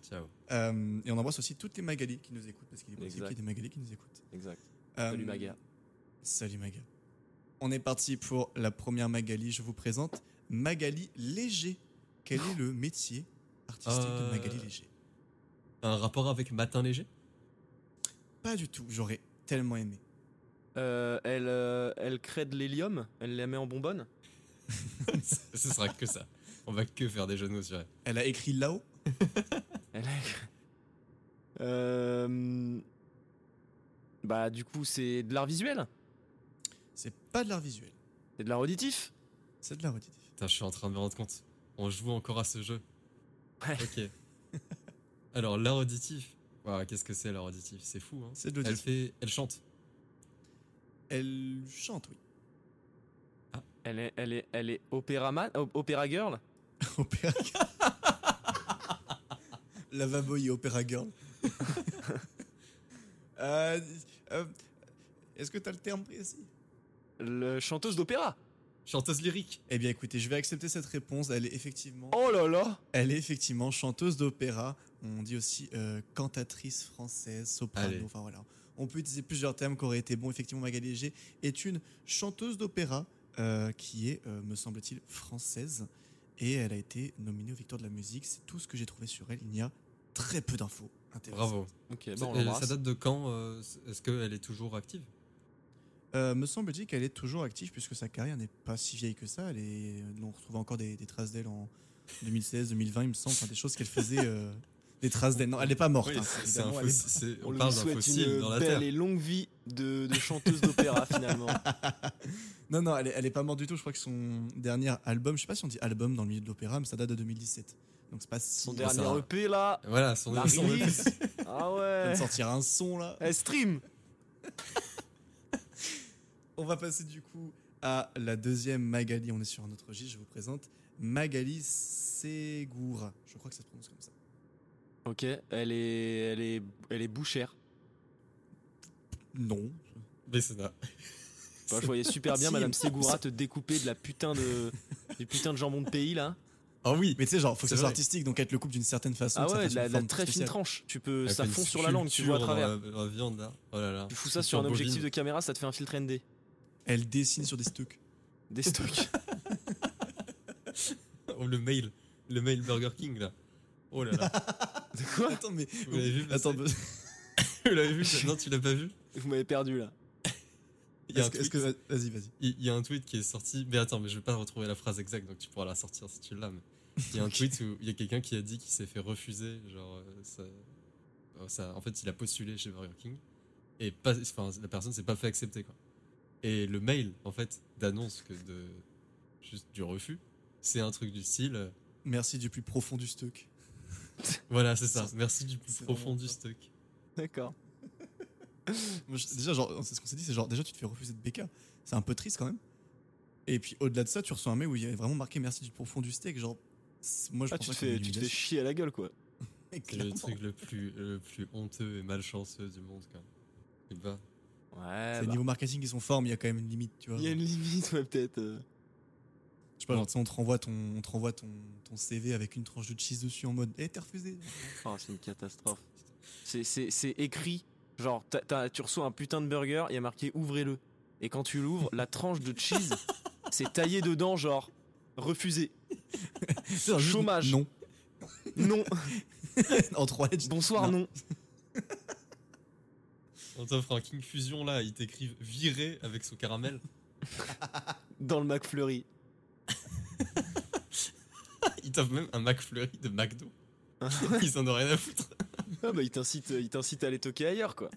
Ciao. Euh, et on embrasse aussi toutes les Magali qui nous écoutent, parce qu'il est possible Exact. qu'il y ait des Magali qui nous écoutent. Exact. Euh, Salut Maga. Salut Maga. On est parti pour la première Magali. Je vous présente Magali Léger. Quel est le métier artistique de Euh, Magali Léger Un rapport avec Matin Léger Pas du tout. J'aurais tellement aimé. Euh, elle, euh, elle crée de l'hélium, elle la met en bonbonne. Ce sera que ça. On va que faire des jeux de mots sur elle. Elle a écrit là-haut. Elle a- Euh, Bah du coup c'est de l'art visuel, C'est pas de l'art visuel. c'est de l'art auditif. C'est de l'art auditif. Putain, je suis en train de me rendre compte. On joue encore à ce jeu. Ouais. Ok. Alors, l'art auditif. Ouah, Qu'est-ce que c'est l'art auditif C'est fou, hein C'est de Elle l'auditif. fait, elle chante. Elle... chante, oui. Elle est, elle est, elle est opéraman, op- opéra girl. Opéra Girl. Lavabo et Opéra Girl. Euh, euh, Est-ce que t'as le terme précis Le chanteuse d'opéra. Chanteuse lyrique. Eh bien, écoutez, je vais accepter cette réponse. Elle est effectivement, Oh là là. elle est effectivement chanteuse d'opéra. On dit aussi euh, cantatrice française, soprano. Allez. Enfin voilà, on peut utiliser plusieurs termes qui auraient été bons. Effectivement, Magali Léger est une chanteuse d'opéra euh, qui est, euh, me semble-t-il, française. Et elle a été nominée aux Victoires de la musique. C'est tout ce que j'ai trouvé sur elle. Il y a très peu d'infos. intéressantes. Bravo. Ok, bon, on Elle- l'embrasse. ça date de quand euh, Est-ce qu'elle est toujours active Euh, me semble-t-il qu'elle est toujours active puisque sa carrière n'est pas si vieille que ça. Elle est, euh, on retrouve encore des, des traces d'elle en 2016, 2020, il me semble, enfin, des choses qu'elle faisait. euh, des traces d'elle. Non, elle n'est pas morte. hein, c'est évidemment, un elle est- fossi- c'est- On On lui parle d'un souhaite fossile une dans la belle Terre. et longue vie de, de chanteuse d'opéra finalement. Non, non, elle est, elle est pas morte du tout. Je crois que son dernier album, je sais pas si on dit album dans le milieu de l'opéra, mais ça date de 2017. Donc c'est pas si. Son ça dernier Bah, ça- EP là, Voilà, son E la son- release. Ah vient ouais. de sortir un son là. Elle stream. On va passer du coup à la deuxième Magali. On est sur un autre registre. Je vous présente Magali Segura. Je crois que ça se prononce comme ça. Ok, elle est, elle est, elle est bouchère. Non. Bécénat. Bah, je voyais super bien Si. Madame Segura te découper de la putain de, du putain de jambon de pays là. Ah oui, Mais tu sais, genre, faut que C'est ça soit vrai. artistique, donc être le coupe d'une certaine façon. Ah que ça ouais, fasse de la, une de la forme très fine spéciale. tranche. Tu peux, Elle euh, ça fait une fond sur la langue, tu vois à travers. sculpture dans La, la viande là. Oh là là. Tu fous ça sur un Sculpture objectif de bovine. caméra, ça te fait un filtre ND. Elle dessine sur des stocks. Des stocks. Oh, le mail, le mail Burger King là. Oh là là. Attends, mais. Vous l'avez vu passer Attends, parce- Vous l'avez vu ça Non, tu l'as pas vu Vous m'avez perdu là. Il y, a un est-ce que- est-ce tweet, que. Vas-y, vas-y. il il y a un tweet qui est sorti. Mais attends, mais je vais pas retrouver la phrase exacte, donc tu pourras la sortir si tu l'as. mais Il y a un tweet où il y a quelqu'un qui a dit qu'il s'est fait refuser, genre euh, ça, euh, ça- En fait, il a postulé chez Burger King et pas, enfin, la personne s'est pas fait accepter quoi. Et le mail, en fait, d'annonce que de juste du refus, c'est un truc du style. euh, Merci du plus profond du stock. Voilà, c'est ça. Merci du plus C'est profond vraiment du ça. stock. D'accord. Moi, je- déjà, genre, c'est ce qu'on s'est dit, c'est genre, déjà, tu te fais refuser de BK. C'est un peu triste quand même. Et puis, au-delà de ça, tu reçois un mail où il y avait vraiment marqué merci du profond du steak. Genre, c'est- moi, je Ah, pense tu que te fais, tu te fais chier à la gueule quoi. C'est le truc le plus, le plus honteux et malchanceux du monde quand même. Et bah, Ouais. bah. C'est niveau marketing, ils sont forts, mais il y a quand même une limite, tu vois. Il y a une limite, ouais, peut-être. euh. Je sais pas, genre, tu sais, on te renvoie, ton, on te renvoie ton, ton CV avec une tranche de cheese dessus en mode, eh, t'es refusé. Oh, c'est une catastrophe. C'est- C'est c'est écrit. Genre, t'as- t'as- tu reçois un putain de burger, il y a marqué ouvrez-le. Et quand tu l'ouvres, la tranche de cheese, c'est taillé dedans, genre refusé. C'est un juste Chômage. Non. Non, en trois lettres. bonsoir, non. on t'offre un King Fusion là, ils t'écrivent viré avec son caramel. Dans le McFlurry. Ils t'offrent même un McFlurry de McDo. Ils en ont rien à foutre. Ah bah, il t'incite il t'incite à aller toquer ailleurs, quoi.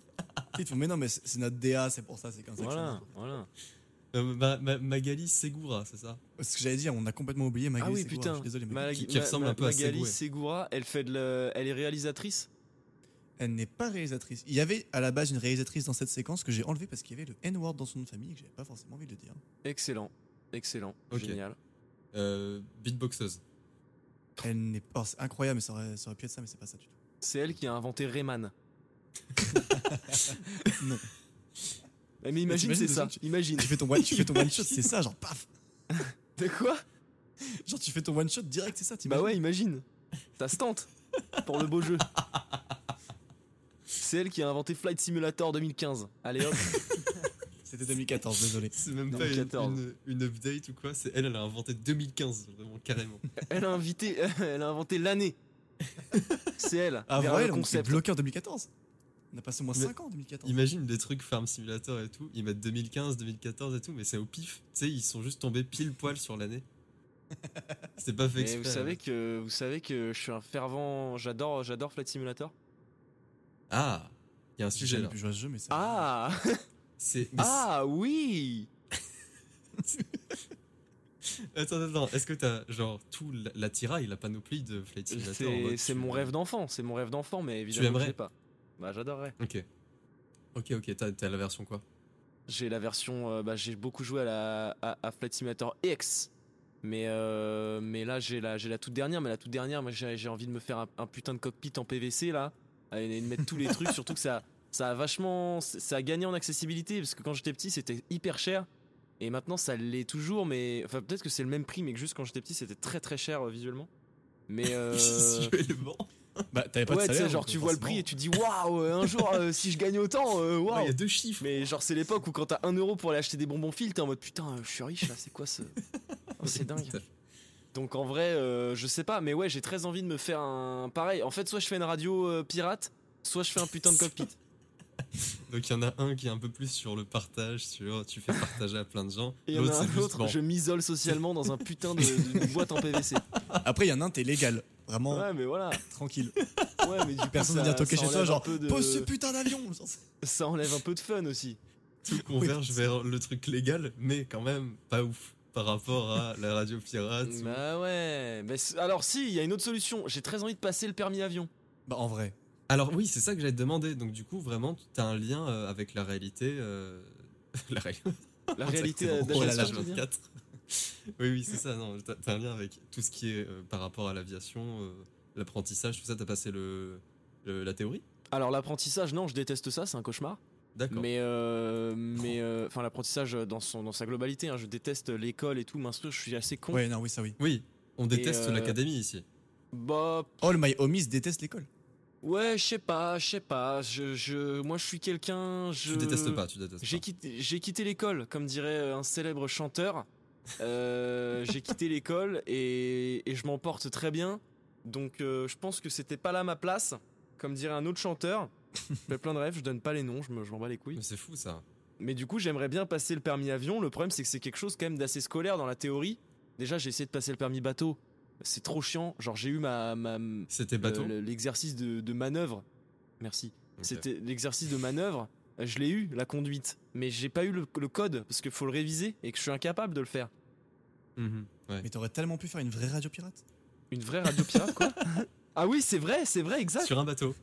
Ils te font, mais non, mais c'est c'est notre DA, c'est pour ça, c'est comme ça. que Voilà, je fais. voilà. Euh, Ma- Ma- Magali Segura, c'est ça C'est ce que j'allais dire, on a complètement oublié Magali. Ah oui, Segura, putain. je suis Désolé, mais Malag- Qui- qui ressemble un peu à Magali Segoué. Segura, elle, fait de la- elle est réalisatrice Elle n'est pas réalisatrice. Il y avait à la base une réalisatrice dans cette séquence que j'ai enlevée parce qu'il y avait le N-word dans son nom de famille et que j'avais pas forcément envie de le dire. Excellent, excellent, Ok. génial. euh, Beatboxeuse. Elle n'est pas. oh, c'est incroyable, mais ça aurait, ça aurait pu être ça, mais c'est pas ça du tout. C'est elle qui a inventé Rayman. Non. Eh, Mais imagine, t'imagines c'est deux ça. secondes, Imagine. tu fais ton one, tu fais ton one shot, c'est ça, genre paf. De quoi Genre tu fais ton one shot direct, c'est ça. Bah t'imagines ouais, imagine. Ça se tente pour le beau jeu. C'est elle qui a inventé Flight Simulator 2015. Allez hop. C'était 2014, désolé. C'est même Non, pas une, 14. une- une update ou quoi. C'est elle, elle a inventé 2015, vraiment carrément. Elle a invité, elle a inventé l'année. C'est elle. Ah Vers ouais, le donc c'est concept. bloqué en 2014. On a passé au moins Mais- 5 ans en 2014. Imagine des trucs Farm Simulator et tout. Ils mettent 2015, 2014 et tout, mais c'est au pif. Tu sais, ils sont juste tombés pile poil sur l'année. C'était pas Mais fait exprès. hein. vous savez que vous savez que je suis un fervent. J'adore, j'adore Flight Simulator. Ah, il y a un J'ai sujet jamais là. pu jouer à ce jeu, mais ça. Ah, C'est. mais ah oui. c'est- Attends, attends, est-ce que t'as genre tout la, la tiraille, la panoplie de Flight Simulator en C'est mode c'est tu- mon rêve d'enfant. C'est mon rêve d'enfant, mais évidemment je aimerais l'ai pas. Bah j'adorerais. Ok. Ok, ok, t'as t'as la version quoi J'ai la version. euh, bah, j'ai beaucoup joué à, la, à, à Flight Simulator X. Mais, euh, mais là, j'ai la, j'ai la toute dernière. Mais la toute dernière, moi, j'ai j'ai envie de me faire un, un putain de cockpit en PVC là. Et de mettre tous les trucs. Surtout que ça, ça a vachement. Ça a gagné en accessibilité. Parce que quand j'étais petit, c'était hyper cher. Et maintenant, ça l'est toujours. Mais. Enfin, peut-être que c'est le même prix. Mais que juste quand j'étais petit, c'était très très cher euh, visuellement. Mais. euh, Visuellement. Bah, t'avais pas Ouais, de tu sais, salaire. genre donc, tu vois le prix et forcément. tu dis waouh, euh, un jour euh, si je gagne autant, euh, Ouais, Il waouh. y a deux chiffres. Mais genre c'est l'époque où quand t'as 1 euro pour aller acheter des bonbons fil, t'es en mode putain, euh, je suis riche là, c'est quoi ce. Oh, c'est dingue. Donc en vrai, euh, je sais pas, mais ouais, j'ai très envie de me faire un pareil. En fait, soit je fais une radio euh, pirate, soit je fais un putain de cockpit. Donc il y en a un qui est un peu plus sur le partage, sur tu fais partager à plein de gens. Et il y en L'autre, a c'est un juste autre, bon. je m'isole socialement dans un putain de, de boîte en PVC. Après, il y en a un, t'es légal. Vraiment, Ouais, mais voilà. tranquille. Ouais, mais du coup, Personne ça- ne vient toquer ça chez toi, enlève un genre, peu de- pose ce putain d'avion Genre, c'est- Ça enlève un peu de fun aussi. Tout converge vers le truc légal, mais quand même pas ouf par rapport à la radio pirate. ou- Bah ouais. Mais c'est- alors, si, il y a une autre solution. J'ai très envie de passer le permis avion. Bah, en vrai. Alors oui, c'est ça que j'allais te demander. Donc du coup, vraiment, tu as un lien euh, avec la réalité. euh, la réalité. La réalité euh, Exactement. Oh là là, d'Ajaccio, tu veux dire 24. oui, oui, c'est ça. Non, t'as t'as un lien avec tout ce qui est euh, par rapport à l'aviation, euh, l'apprentissage, tout ça. T'as passé le, le- la théorie. Alors, l'apprentissage, non, je déteste ça, c'est un cauchemar. D'accord. Mais, euh, mais euh, enfin, l'apprentissage dans, son, dans sa globalité, hein, je déteste l'école et tout, m'instruire, je suis assez con. Ouais, non, oui, ça oui. Oui, on déteste euh, l'académie ici. Bah, All my homies détestent l'école. ouais, je sais pas, je sais pas. Je, je, moi, je suis quelqu'un. Je Tu détestes pas, tu détestes J'ai pas. quitté, j'ai quitté l'école, comme dirait euh, un célèbre chanteur. Euh, j'ai quitté l'école et, et je m'en porte très bien. Donc euh, je pense que c'était pas là ma place, comme dirait un autre chanteur. Je fais plein de rêves, je donne pas les noms, je me- je m'en bats les couilles. Mais c'est fou ça. Mais du coup, j'aimerais bien passer le permis avion. Le problème, c'est que c'est quelque chose quand même d'assez scolaire dans la théorie. Déjà, j'ai essayé de passer le permis bateau. C'est trop chiant. Genre, j'ai eu ma, ma- C'était bateau. le- le- l'exercice de, de manœuvre. Merci. Ok. C'était l'exercice de manœuvre. euh, Je l'ai eu, la conduite, mais j'ai pas eu le, le code parce qu'il faut le réviser et que je suis incapable de le faire. Mhm, ouais. Mais t'aurais tellement pu faire une vraie radio pirate. Une vraie radio pirate, quoi. ah oui, c'est vrai, c'est vrai, exact. Sur un bateau.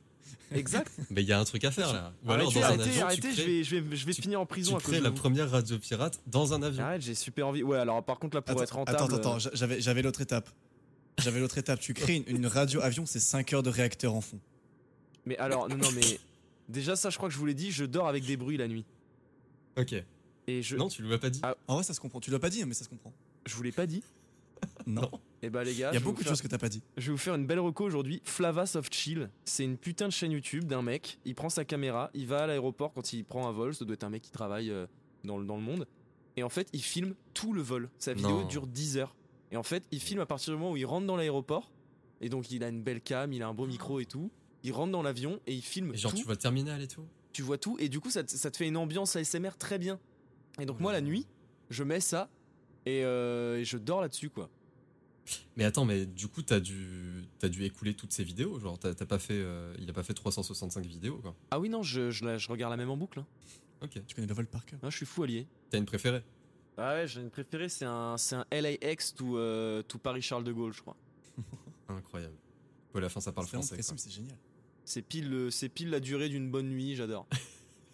exact. Mais il y a un truc à faire là. Ou alors arrêtez, dans un arrêtez, avion, arrêtez, tu je crées, vais, je vais, je vais tu- finir en tu prison à crées cause de la vous. première radio pirate dans un avion. Arrête, j'ai super envie. Ouais, alors par contre, là, pour Attends, être rentable. attends, euh, attends, j'a- j'avais, j'avais l'autre étape. J'avais l'autre étape. Tu crées une, une radio avion, c'est 5 heures de réacteur en fond. Mais alors, non, non, mais. Déjà, ça, je crois que je vous l'ai dit, je dors avec des bruits la nuit. Ok. Et je. Non, tu l'as pas dit. Ah, En vrai, ça se comprend. Tu l'as pas dit, hein, mais ça se comprend. Je vous l'ai pas dit. Non. Non. Et bah, les gars. Il y a je vais vous beaucoup de faire- choses que t'as pas dit. Je vais vous faire une belle reco aujourd'hui. Flavas of Chill, c'est une putain de chaîne YouTube d'un mec. Il prend sa caméra, il va à l'aéroport quand il prend un vol. Ça doit être un mec qui travaille euh, dans, le, dans le monde. Et en fait, il filme tout le vol. Sa vidéo Non. dure 10 heures. Et en fait, il filme à partir du moment où il rentre dans l'aéroport. Et donc, il a une belle cam, il a un beau micro et tout. Il rentre dans l'avion et il filme Et genre, tout. tu vois le terminal et tout. tu vois tout et du coup ça te, ça te fait une ambiance ASMR très bien. Et donc Oh moi là la là. nuit, je mets ça et, euh, et je dors là-dessus quoi. Mais attends, mais du coup, t'as dû, t'as dû écouler toutes ces vidéos. Genre, t'as t'as pas fait, euh, il a pas fait 365 vidéos, quoi. Ah oui non, je, je la- je regarde la même en boucle. hein. Ok. Tu connais le vol par cœur. Ah, je suis fou allié. T'as une préférée Ah ouais, j'ai une préférée, c'est un, c'est un LAX tout, euh, tout Paris-Charles de Gaulle je crois. Incroyable. Ouais, à la fin, ça parle C'est vraiment français. précis, mais c'est génial. C'est pile, le- c'est pile la durée d'une bonne nuit, j'adore. quoi.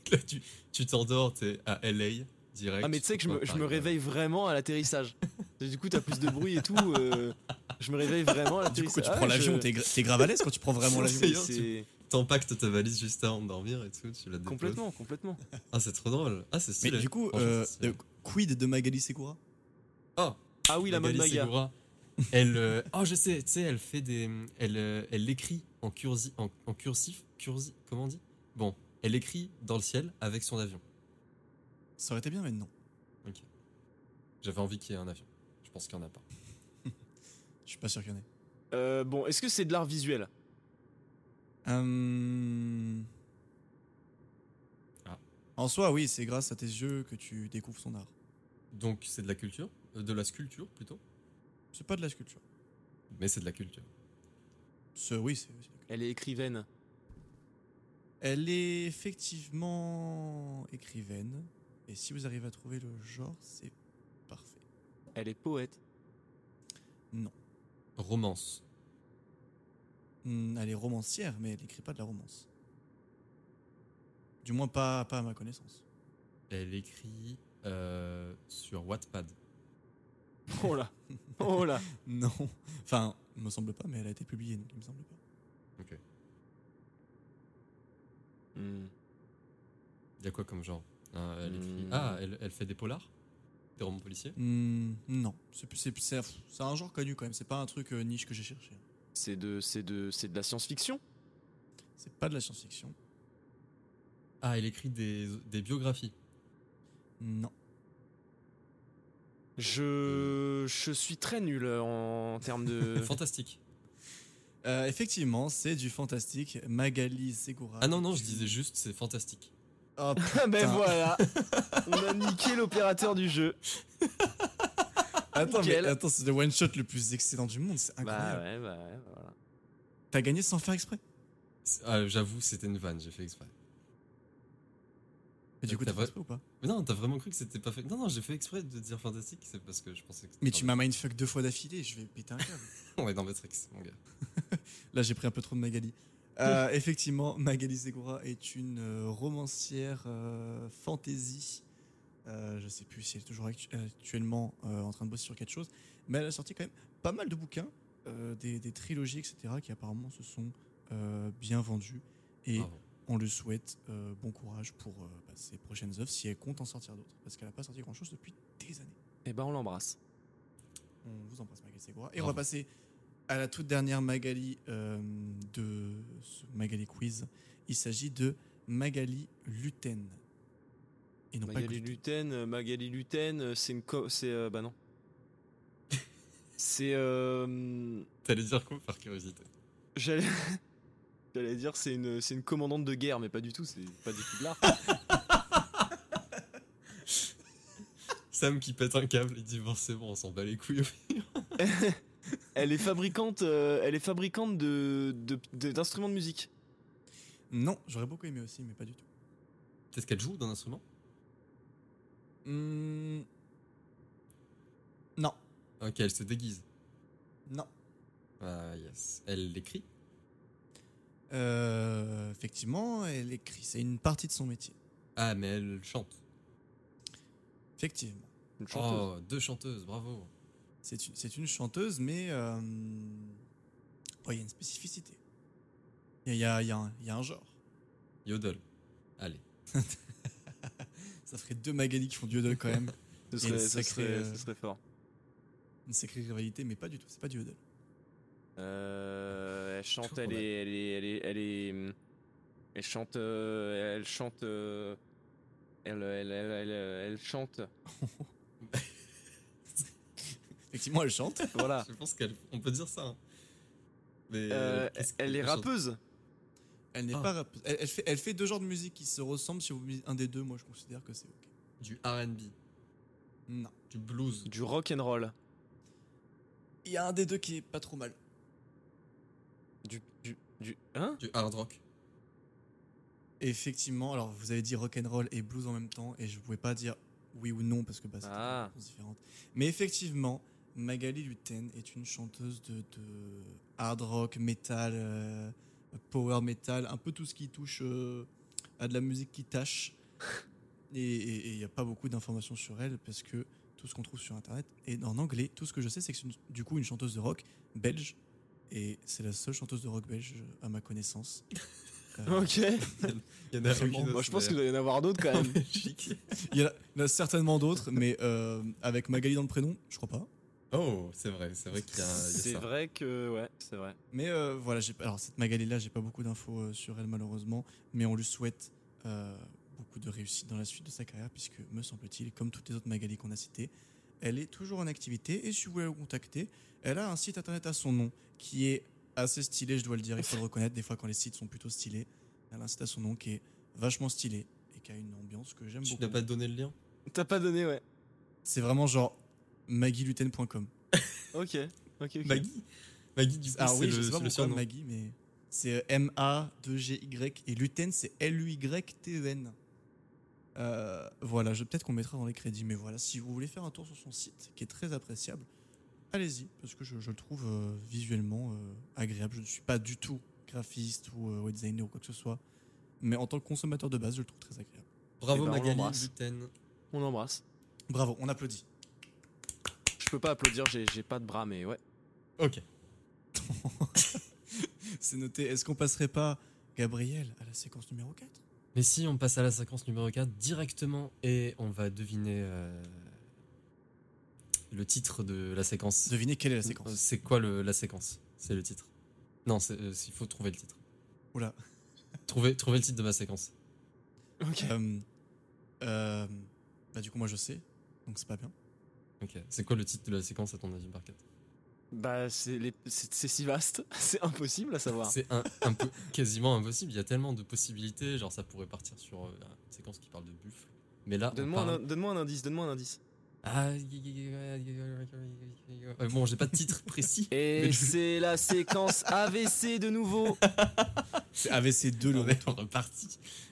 Là, tu tu t'endors, t'es à LA direct. Ah mais tu sais que je me, je me réveille vraiment à l'atterrissage. Et du coup t'as plus de bruit et tout. euh, je me réveille vraiment à Du coup, l'atterrissage. quand tu Ah prends ouais, l'avion, je- t'es, gra- t'es grave à l'aise quand tu prends vraiment l'avion. c'est- D'ailleurs, tu- c'est- T'empactes ta valise juste avant de dormir et tout. Tu la déposes. Complètement, complètement. Ah, c'est trop drôle. Ah, c'est Mais stylé. du coup, Franchement, euh, c'est stylé. euh, quid de Magali Sekura Oh, Ah oui, la mode Magali maga. Segura, Elle, euh, oh, je sais, tu sais, elle fait des, elle, euh, elle écrit en cursi, en, en cursif, cursi, comment on dit Bon, elle écrit dans le ciel avec son avion. Ça aurait été bien, mais non. J'avais envie qu'il y ait un avion. Je pense qu'il n'y en a pas. Je suis pas sûr qu'il y en ait. Euh, bon, est-ce que c'est de l'art visuel Hum. Ah. En soi, oui, c'est grâce à tes yeux que tu découvres son art. Donc c'est de la culture, euh, de la sculpture plutôt, C'est pas de la sculpture. mais c'est de la culture. C'est- oui, c'est, c'est- Elle est écrivaine. Elle est effectivement écrivaine. Et si vous arrivez à trouver le genre, c'est parfait. Elle est poète. Romance. Hmm, elle est romancière, mais elle n'écrit pas de la romance. Du moins, pas, pas à ma connaissance. Elle écrit euh, sur Wattpad. Oh là Oh là Non. Enfin, il me semble pas, mais elle a été publiée, donc il me semble pas. Il y a quoi comme genre Hein, elle écrit- Hmm. Ah, elle, elle fait des polars, des romans policiers. Hmm, non. C'est plus- c'est plus- c'est- c'est un genre connu quand même. C'est pas un truc euh, niche que j'ai cherché. C'est de, c'est de, c'est de la science-fiction. C'est pas de la science-fiction. Ah, il écrit des, des biographies. Non. Je, je suis très nul en termes de. Fantastique. Euh, effectivement, c'est du fantastique. Magali Segura. Ah non, non, je disais juste, c'est fantastique. Ah, Ah ben Putain. voilà, on a niqué l'opérateur du jeu. attends, mais Nickel. attends, c'est le one shot le plus excellent du monde. C'est incroyable. Bah ouais, bah ouais, voilà. T'as gagné sans faire exprès. C'est- ah, J'avoue, c'était une vanne, j'ai fait exprès. Mais du T'as coup, Bah, t'as vrai- fait exprès ou pas Mais non, t'as vraiment cru que c'était pas fait. Non, non, j'ai fait exprès de dire fantastique, c'est parce que je pensais que c'était. Mais tu pas m'as mindfuck deux fois d'affilée. Je vais péter un câble. vrai. On est dans Matrix, mon gars. Là, j'ai pris un peu trop de Magali. Euh, effectivement, Magali Segura est une euh, romancière euh, fantasy. Euh, je sais plus si elle est toujours actu- actuellement euh, en train de bosser sur quelque chose, mais elle a sorti quand même pas mal de bouquins, euh, des, des trilogies, etc., qui apparemment se sont euh, bien vendus. Et Bravo. on lui souhaite euh, bon courage pour euh, bah, ses prochaines œuvres, si elle compte en sortir d'autres, parce qu'elle n'a pas sorti grand-chose depuis des années. Et ben on l'embrasse. On vous embrasse Magali Segura. Et on Bravo. va passer à la toute dernière Magali euh, de ce Magali Quiz. Il s'agit de Magali Luten. Et non pas Magali Gluten. Luten, euh, Magali Luten, euh, c'est une co- c'est euh, bah non. c'est euh, T'allais dire quoi par curiosité j'allais j'allais dire c'est une c'est une commandante de guerre mais pas du tout, c'est pas du tout de l'art. Sam qui pète un câble, il dit bon, c'est bon, on s'en bat les couilles. elle est fabricante euh, elle est fabricante de de- de- d'instruments de musique. Non, j'aurais beaucoup aimé aussi, mais pas du tout. Peut-être qu'elle joue d'un instrument Hmm. Non, Ok, elle se déguise. non. Ah, yes. Elle l'écrit Euh, effectivement, elle écrit. C'est une partie de son métier. Ah, mais elle chante. Effectivement. Une chanteuse. Oh, deux chanteuses, bravo. C'est une, c'est une chanteuse, mais euh, oh, il y a une spécificité. Il y a- il y a un- il y a un genre. Yodel. Allez. Ça ferait deux Magali qui font du yodel quand même. Ce il y serait, a une ce sacrée, serait- euh, ce serait fort. Une sacrée rivalité, mais pas du tout. C'est pas du yodel. Euh, elle Je chante, crois elle qu'on a- est, elle est, elle est, elle est, hum, elle chante, euh, elle chante, euh, elle, elle, elle, elle, euh, elle chante. Effectivement, elle chante. Voilà. Je pense qu'on peut dire ça. hein. Mais. Ah. Euh, qu'est-ce que- elle est elle chante- rappeuse. Elle n'est Ah. pas rappeuse. Elle, elle fait, elle fait deux genres de musique qui se ressemblent. Si vous me dites un des deux, moi je considère que c'est ok. Du RB, Non. du blues. Du rock and roll. Il y a un des deux qui est pas trop mal. Du, du, du. Hein Du hard rock. Effectivement, alors vous avez dit rock'n'roll et blues en même temps, et je pouvais pas dire oui ou non parce que bah, c'était Ah. des réponses différentes. Mais effectivement, Magali Luten est une chanteuse de, de hard rock, metal, euh, power metal, un peu tout ce qui touche euh, à de la musique qui tâche. Et il n'y a pas beaucoup d'informations sur elle parce que tout ce qu'on trouve sur internet est en anglais. Tout ce que je sais, c'est que c'est une- du coup une chanteuse de rock belge. Et c'est la seule chanteuse de rock belge à ma connaissance. Euh, Ok. Il y en a Vraiment, aucune Moi, je pense qu'il doit y en avoir d'autres quand euh, même. Il y en a- il y en a certainement d'autres, mais euh, avec Magali dans le prénom, je crois pas. Oh, c'est vrai, c'est vrai qu'il y a, il y a C'est ça. vrai que, ouais, c'est vrai. Mais euh, voilà, j'ai- alors cette Magali-là, j'ai pas beaucoup d'infos euh, sur elle malheureusement, mais on lui souhaite euh, beaucoup de réussite dans la suite de sa carrière, puisque me semble-t-il, comme toutes les autres Magali qu'on a citées, elle est toujours en activité. Et si vous voulez la contacter, elle a un site internet à son nom qui est assez stylé, je dois le dire, il faut le reconnaître. Des fois, quand les sites sont plutôt stylés, elle a un site à son nom qui est vachement stylé et qui a une ambiance que j'aime Tu beaucoup. n'as pas donné le lien T'as pas donné, ouais. C'est vraiment genre magiluten.com. Ok. Ok. ok. Maggie Maggie, du coup, Ah c'est oui, le, je sais c'est pas le pourquoi surnom. Maggie, mais c'est euh, M-A-2-G-Y et Luten, c'est L-U-Y-T-E-N. E Euh, voilà, je- peut-être qu'on mettra dans les crédits, mais voilà, si vous voulez faire un tour sur son site, qui est très appréciable, allez-y, parce que je, je le trouve euh, visuellement euh, agréable. Je ne suis pas du tout graphiste ou euh, web designer ou quoi que ce soit, mais en tant que consommateur de base, je le trouve très agréable. Bravo, Eh ben, on Magali l'embrasse. Luten. On l'embrasse. Bravo, on applaudit. Je peux pas applaudir, j'ai j'ai pas de bras, mais ouais. Ok. C'est noté. Est-ce qu'on passerait pas, Gabriel, à la séquence numéro 4 Mais si, on passe à la séquence numéro 4 directement et on va deviner euh, le titre de la séquence. Devinez quelle est la séquence. Euh, C'est quoi le- la séquence C'est le titre. Non, c'est- euh, il faut trouver le titre. Oula. Trouver, trouver le titre de ma séquence. Ok. Euh, euh, bah, du coup, moi, je sais. Donc, c'est pas bien. Ok. C'est quoi le titre de la séquence à ton avis, Barkat Bah, c'est les- c'est c'est si vaste, c'est impossible à savoir. C'est un, un peu quasiment impossible. Il y a tellement de possibilités. Genre, ça pourrait partir sur euh, une séquence qui parle de buffle. Mais là, on Donne-moi un, parle- donne un indice, donne-moi un indice. Ah, y- y- y- y- y- Ouais, bon, j'ai pas de titre précis. Et c'est la séquence AVC de nouveau. C'est AVC2, le On retour. est reparti.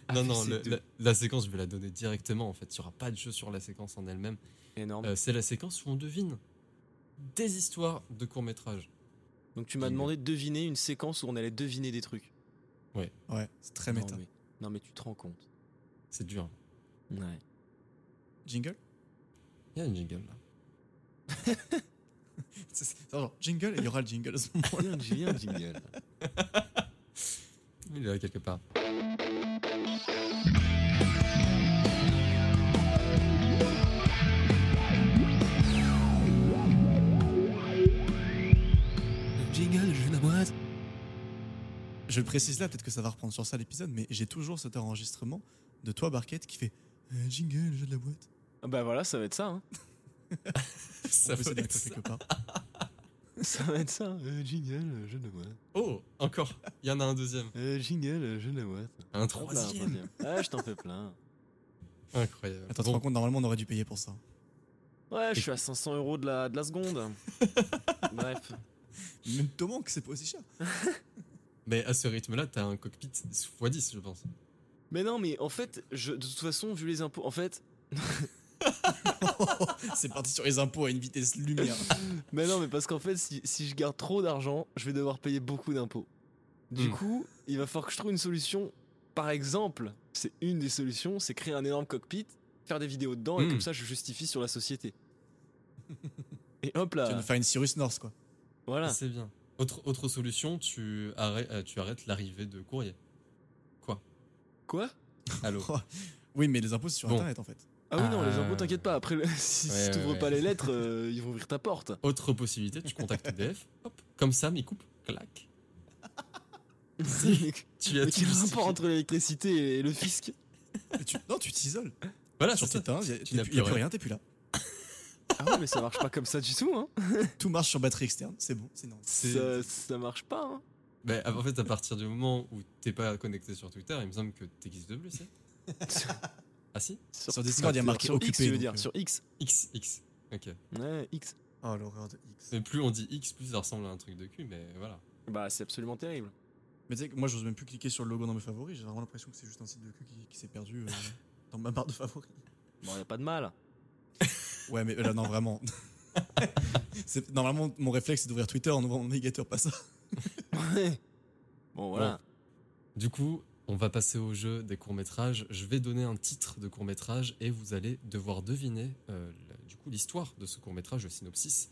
Ah, Non, mais non, c'est le- deux. la, la séquence, je vais la donner directement. En fait, il n'y aura pas de jeu sur la séquence en elle-même. Énorme. Euh, c'est la séquence où on devine des histoires de courts-métrages. Donc tu m'as demandé de deviner une séquence où on allait deviner des trucs. Ouais, c'est très non, méta. mais, non mais tu te rends compte. C'est dur. Ouais. Jingle Il y a une jingle là. C'est- c'est- non, genre, jingle, et il y aura le jingle à ce moment. Bien, bien, jingle. Il est là quelque part. Jingle, je la boîte. Je le précise là, peut-être que ça va reprendre sur ça l'épisode, mais j'ai toujours cet enregistrement de toi, Barquette, qui fait euh, Jingle, je la boîte. Ah Bah voilà, ça va être ça. hein. Ça On peut peut essayer de être mettre ça. quelque part. Ça va être ça. Euh, jingle, je ne vois. Oh, encore. Il y en a un deuxième. Euh, jingle, je ne vois. Un Hop là, un troisième. troisième. Ah, je t'en fais plein. Incroyable. Attends, tu te Bon, rends compte, normalement, on aurait dû payer pour ça. hein. Ouais, je suis à 500 euros de la, de la seconde. Bref. Même Thomas, que c'est pas aussi cher. mais à ce rythme-là, t'as un cockpit x 10, je pense. Mais non, mais en fait, je, de toute façon, vu les impôts, en fait, c'est parti sur les impôts à une vitesse lumière. Mais non, mais parce qu'en fait, si, si je garde trop d'argent, je vais devoir payer beaucoup d'impôts. Du Hmm. coup, il va falloir que je trouve une solution. Par exemple, c'est une des solutions, c'est créer un énorme cockpit, faire des vidéos dedans, et Hmm. comme ça, je justifie sur la société. et hop Tu vas là, nous faire une Cyrus North, quoi. voilà. C'est bien. Autre, autre solution, tu arrêtes, euh, tu arrêtes l'arrivée de courrier. Quoi Allô Oh. Oui, mais les impôts, c'est sur Euh. Bon. Internet, en fait. Ah oui, non, les Ah. impôts, t'inquiète pas. Après, le- si, si Ouais, t'ouvres ouais, pas ouais. les lettres, euh, ils vont ouvrir ta porte. Autre possibilité, tu contactes EDF. Hop, comme ça, mes coupes, clac. Si. Tu as mais quel tout justifié. rapport entre l'électricité et le fisc Et tu- Non, tu t'isoles. Voilà, sur c'est tes ça. teintes, il n'y a, Tu y a n'as plus plus y a plus rien. rien, t'es plus là. Ah ouais, mais ça marche pas comme ça du tout, hein. Tout marche sur batterie externe, c'est bon, c'est non. C'est- Ça, ça marche pas, hein. Ben, en fait, à partir du moment où t'es pas connecté sur Twitter, il me semble que t'existes de plus. hein. ah si Sur Discord, il y Twitter, a marqué sur X, occupé, tu veux donc, dire, euh. sur X. X, X. Ok. Ouais, X. Oh, l'horreur de X. Mais plus on dit X, plus ça ressemble à un truc de cul, mais voilà. Bah, c'est absolument terrible. Mais tu sais que moi, j'ose même plus cliquer sur le logo dans mes favoris, j'ai vraiment l'impression que c'est juste un site de cul qui, qui s'est perdu euh, dans ma barre de favoris. Bon, y a pas de mal. Ouais, mais euh, là, non, vraiment. C'est- Normalement, mon réflexe, c'est d'ouvrir Twitter en ouvrant mon navigateur, pas ça. Bon, voilà. Du coup, on va passer au jeu des courts-métrages. Je vais donner un titre de court-métrage et vous allez devoir deviner euh, la- du coup l'histoire de ce court-métrage, le synopsis.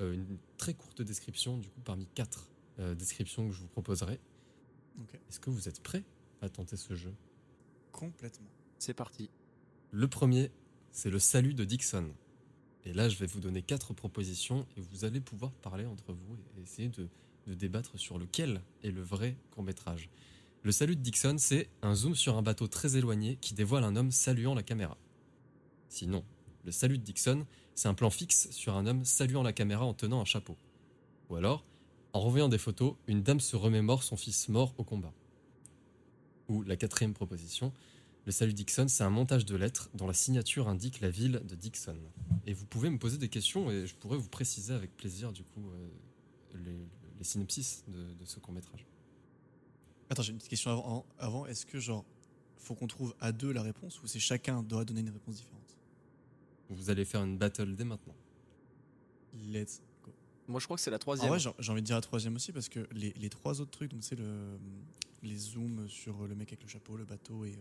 Euh, une très courte description du coup parmi quatre euh, descriptions que je vous proposerai. Ok. Est-ce que vous êtes prêts à tenter ce jeu Complètement. C'est parti. Le premier, c'est le salut de Dixon. Et là, je vais vous donner quatre propositions et vous allez pouvoir parler entre vous et essayer de, de débattre sur lequel est le vrai court-métrage. Le salut de Dixon, c'est un zoom sur un bateau très éloigné qui dévoile un homme saluant la caméra. Sinon, le salut de Dixon, c'est un plan fixe sur un homme saluant la caméra en tenant un chapeau. Ou alors, en revoyant des photos, une dame se remémore son fils mort au combat. Ou la quatrième proposition, le salut Dixon, c'est un montage de lettres dont la signature indique la ville de Dixon. Et vous pouvez me poser des questions et je pourrais vous préciser avec plaisir du coup euh, les, les synopsis de, de ce court métrage. Attends, j'ai une petite question avant. avant. Est-ce que, genre, faut qu'on trouve à deux la réponse ou c'est chacun doit donner une réponse différente Vous allez faire une battle dès maintenant. Let's go. Moi, je crois que c'est la En troisième. vrai, j'ai Ah j'ai envie de dire la troisième aussi parce que les, les trois autres trucs, donc c'est le, euh, les zooms sur euh, le mec avec le chapeau, le bateau et, euh,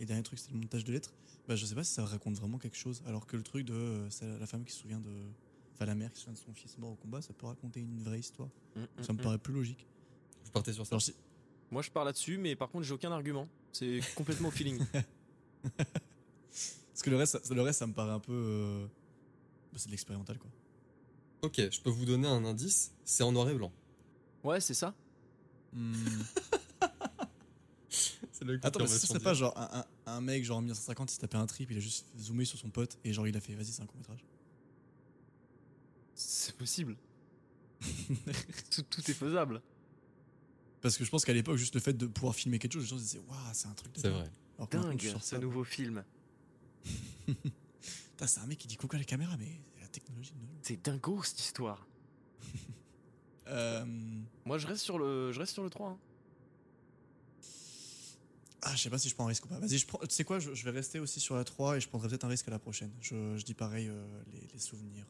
et dernier truc, c'était le montage de lettres. Bah, je sais pas si ça raconte vraiment quelque chose. Alors que le truc de euh, c'est la femme qui se souvient de. Enfin, la mère qui se souvient de son fils mort au combat, ça peut raconter une vraie histoire. Mm, mm, Ça me mm. paraît plus logique. Vous partez sur ça. Alors, si- Moi, je pars là-dessus, mais par contre, j'ai aucun argument. C'est complètement au feeling. parce que le reste, ça- le reste, ça me paraît un peu. euh, bah, c'est de l'expérimental quoi. Ok, je peux vous donner un indice. C'est en noir et blanc. Ouais, c'est ça. Hmm. C'est le coup Attends, qu'on mais va ça se serait dire. pas genre un, un- un mec genre en 1950 il s'est tapé un trip, il a juste zoomé sur son pote et genre il a fait vas-y c'est un court métrage. C'est possible. tout, tout est faisable. Parce que je pense qu'à l'époque juste le fait de pouvoir filmer quelque chose, les gens se disaient waouh c'est un truc de C'est dingue. vrai. Alors que maintenant, tu Dingue, sors ce ça. nouveau film. Putain, c'est un mec qui dit coucou à la caméra mais la technologie de nos jours. C'est dingo cette histoire. Euh, Moi je reste sur le, je reste sur le 3. hein. Ah je sais pas si je prends un risque ou pas. Vas-y je prends. Tu sais quoi je, je vais rester aussi sur la 3 et je prendrai peut-être un risque à la prochaine. Je, je dis pareil euh, les, les souvenirs.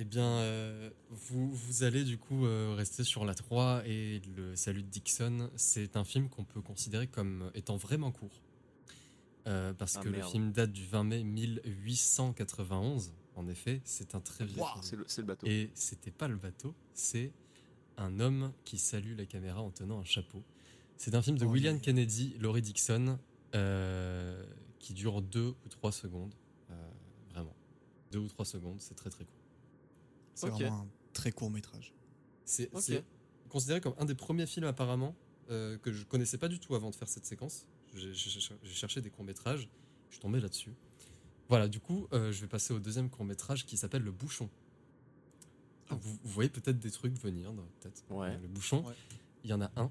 Eh bien, euh, vous, vous allez du coup euh, rester sur la 3 et le Salut de Dixon, c'est un film qu'on peut considérer comme étant vraiment court. Euh, parce Ah, que le merde. film date du 20 mai 1891, en effet, c'est un très vieux Ouah, film. c'est le, c'est le bateau. Et c'était pas le bateau, c'est un homme qui salue la caméra en tenant un chapeau. C'est un film de Oh, William mais- Kennedy, Laurie Dixon, euh, qui dure deux ou trois secondes. euh, vraiment. Deux ou trois secondes, c'est très très court. C'est Ok. vraiment un très court métrage. C'est Ok. c'est considéré comme un des premiers films apparemment euh, que je connaissais pas du tout avant de faire cette séquence. J'ai j'ai- j'ai- j'ai cherché des courts-métrages, je suis tombé là-dessus. Voilà, du coup, euh, je vais passer au deuxième court-métrage qui s'appelle Le Bouchon. Donc, Vous, vous voyez peut-être des trucs venir dans votre tête. Ah. Euh, Ouais. Mm. Le Bouchon, Ouais. il y en a un.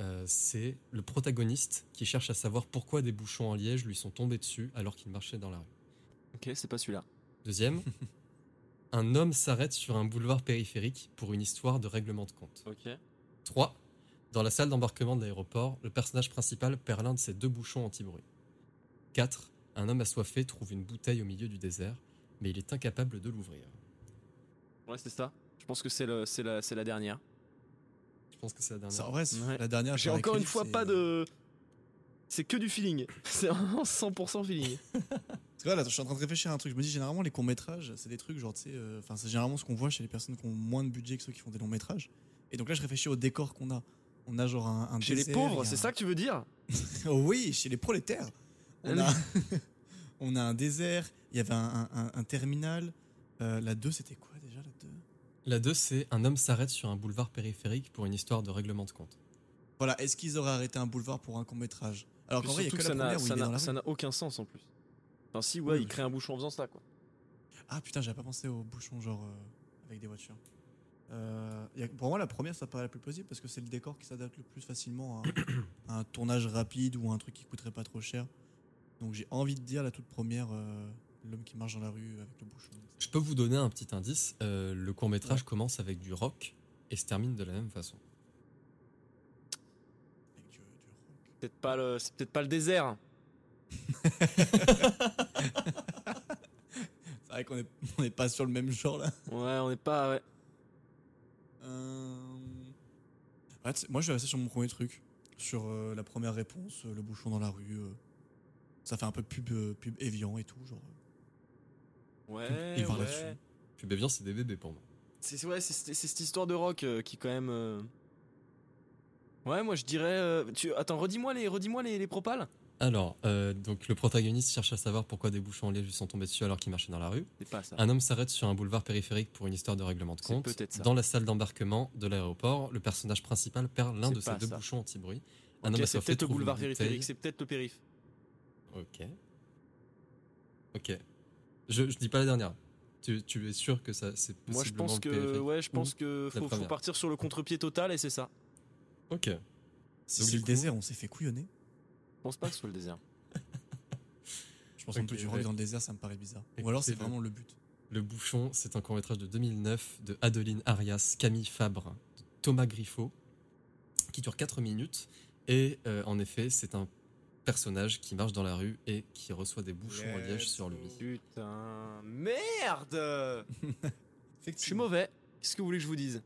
Euh, c'est le protagoniste qui cherche à savoir pourquoi des bouchons en liège lui sont tombés dessus alors qu'il marchait dans la rue. Ok, c'est pas celui-là. Deuxième, un homme s'arrête sur un boulevard périphérique pour une histoire de règlement de compte. Ok. 3. Dans la salle d'embarquement de l'aéroport, le personnage principal perd l'un de ses deux bouchons anti-bruit. 4. Un homme assoiffé trouve une bouteille au milieu du désert, mais il est incapable de l'ouvrir. Ouais, c'est ça. Je pense que c'est le, c'est la, c'est la dernière. Je pense que c'est la dernière. Ça, en vrai, c'est- Ouais. la dernière. J'ai Ah, j'aurais encore cru une que fois c'est- pas de. C'est que du feeling. C'est vraiment 100% feeling. Parce que voilà, je suis en train de réfléchir à un truc. Je me dis généralement les courts métrages, c'est des trucs genre tu sais, euh, enfin c'est généralement ce qu'on voit chez les personnes qui ont moins de budget que ceux qui font des longs métrages. Et donc là, je réfléchis au décor qu'on a. On a genre un, un Chez les désert, pauvres, il y a c'est un- ça que tu veux dire Oh oui, chez les prolétaires. On Ah a, on a un désert. Il y avait un, un- un- un terminal. Euh, la 2, c'était quoi déjà la 2 La 2, c'est un homme s'arrête sur un boulevard périphérique pour une histoire de règlement de compte. Voilà, est-ce qu'ils auraient arrêté un boulevard pour un court métrage Alors qu'en vrai, il y a Surtout que que ça la n'a- première où il ça est dans la n'a- ça rue. n'a aucun sens en plus. Enfin, si, ouais, Oui, il crée un bouchon en faisant ça, quoi. Ah putain, j'avais pas pensé aux bouchons genre euh, avec des voitures. Euh, y a- pour moi, la première, ça paraît la plus plausible parce que c'est le décor qui s'adapte le plus facilement à, à un tournage rapide ou à un truc qui coûterait pas trop cher. Donc j'ai envie de dire la toute première, euh, l'homme qui marche dans la rue avec le bouchon. Je peux vous donner un petit indice. euh, le court métrage commence avec du rock et se termine de la même façon. Avec du, du rock. Peut-être pas le, c'est peut-être pas le désert. C'est vrai qu'on est, on est pas sur le même genre là. Ouais, on n'est pas. ouais. Euh, ouais, tu sais, moi, je vais rester sur mon premier truc, sur euh, la première réponse, euh, le bouchon dans la rue. euh. ça fait un peu pub, euh, pub Evian et tout, genre. Ouais. Il parle ouais. là-dessus. Puis Bévian, c'est des bébés pour moi. C'est ouais, c'est- c'est- c'est cette histoire de rock euh, qui quand même. euh, Ouais, moi je dirais. euh, Tu... Attends, redis-moi les, redis-moi les, les propales. Alors, euh, donc le protagoniste cherche à savoir pourquoi des bouchons en liège lui sont tombés dessus alors qu'il marchait dans la rue. C'est pas ça. Ah, Un homme s'arrête sur un boulevard périphérique pour une histoire de règlement de C'est compte. peut-être ça. Dans la salle d'embarquement de l'aéroport, le personnage principal perd l'un C'est de ses pas deux ça. bouchons anti-bruit. ah, Ok, homme c'est assoiffé peut-être le trouve une boulevard bouteille. périphérique, c'est peut-être le périph. Ok. Ok. Je, je dis pas la dernière. Tu, tu es sûr que ça c'est Moi je possiblement pense le que. périphérique Ouais, je pense que faut, faut première. partir sur le contre-pied total et c'est ça. Ok. Si Donc, c'est du le coup- désert, on s'est fait couillonner. Je pense pas que ce soit le désert. Je pense Ok, qu'en plus du ouais. rock dans le désert, ça me paraît bizarre. Et Ou alors c'est c'est le- vraiment le but. Le Bouchon, c'est un court-métrage de 2009 de Adeline Arias, Camille Fabre, de Thomas Griffo, qui dure 4 minutes. Et euh, en effet, c'est un personnage qui marche dans la rue et qui reçoit des bouchons en liège Let's sur lui. go. Putain. Merde Je suis Effectivement. mauvais. Qu'est-ce que vous voulez que je vous dise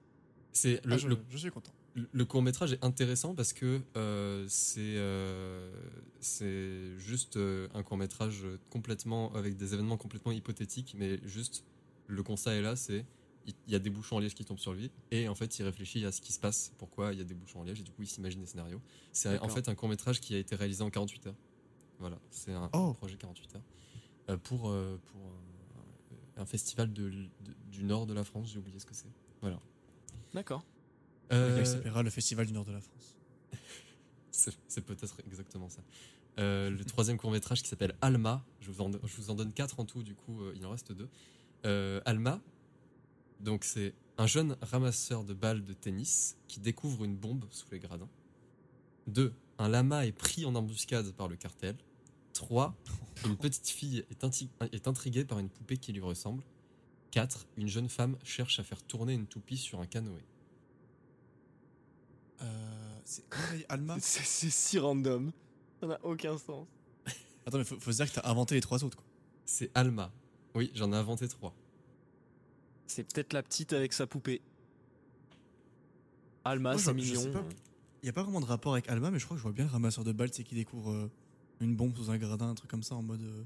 C'est Ah, le, je, le- je suis content. le court métrage est intéressant parce que euh, c'est euh, c'est juste euh, un court métrage complètement avec des événements complètement hypothétiques, mais juste le constat est là, c'est il il y a des bouchons en liège qui tombent sur lui et en fait il réfléchit à ce qui se passe, pourquoi il y a des bouchons en liège et du coup il s'imagine des scénarios. C'est en D'accord. fait un court métrage qui a été réalisé en 48 heures. Voilà, c'est un Oh. un projet 48 heures Euh, pour euh, pour euh, un festival de l- de- du nord de la France, j'ai oublié ce que c'est. D'accord. Euh, Il s'appellera le Festival du Nord de la France. c'est c'est peut-être exactement ça. Euh, le troisième court métrage qui s'appelle Alma. Je vous, en, je vous en donne quatre en tout, du coup, euh, il en reste deux. Euh, Alma, donc c'est un jeune ramasseur de balles de tennis qui découvre une bombe sous les gradins. 2. Un lama est pris en embuscade par le cartel. 3. Une petite fille est, inti- est intriguée par une poupée qui lui ressemble. 4. Une jeune femme cherche à faire tourner une toupie sur un canoë. Euh, c'est- comment t'as dit, Alma C'est c'est si random. Ça n'a aucun sens. Attends, mais faut, faut se dire que t'as inventé les trois autres. Quoi. C'est Alma. Oui, j'en ai inventé trois. C'est peut-être la petite avec sa poupée. Alma, Moi, je- c'est je sais mignon. pas. Il n'y a pas vraiment de rapport avec Alma, mais je crois que je vois bien le ramasseur de balles c'est qui découvre euh, une bombe sous un gradin, un truc comme ça, en mode. euh,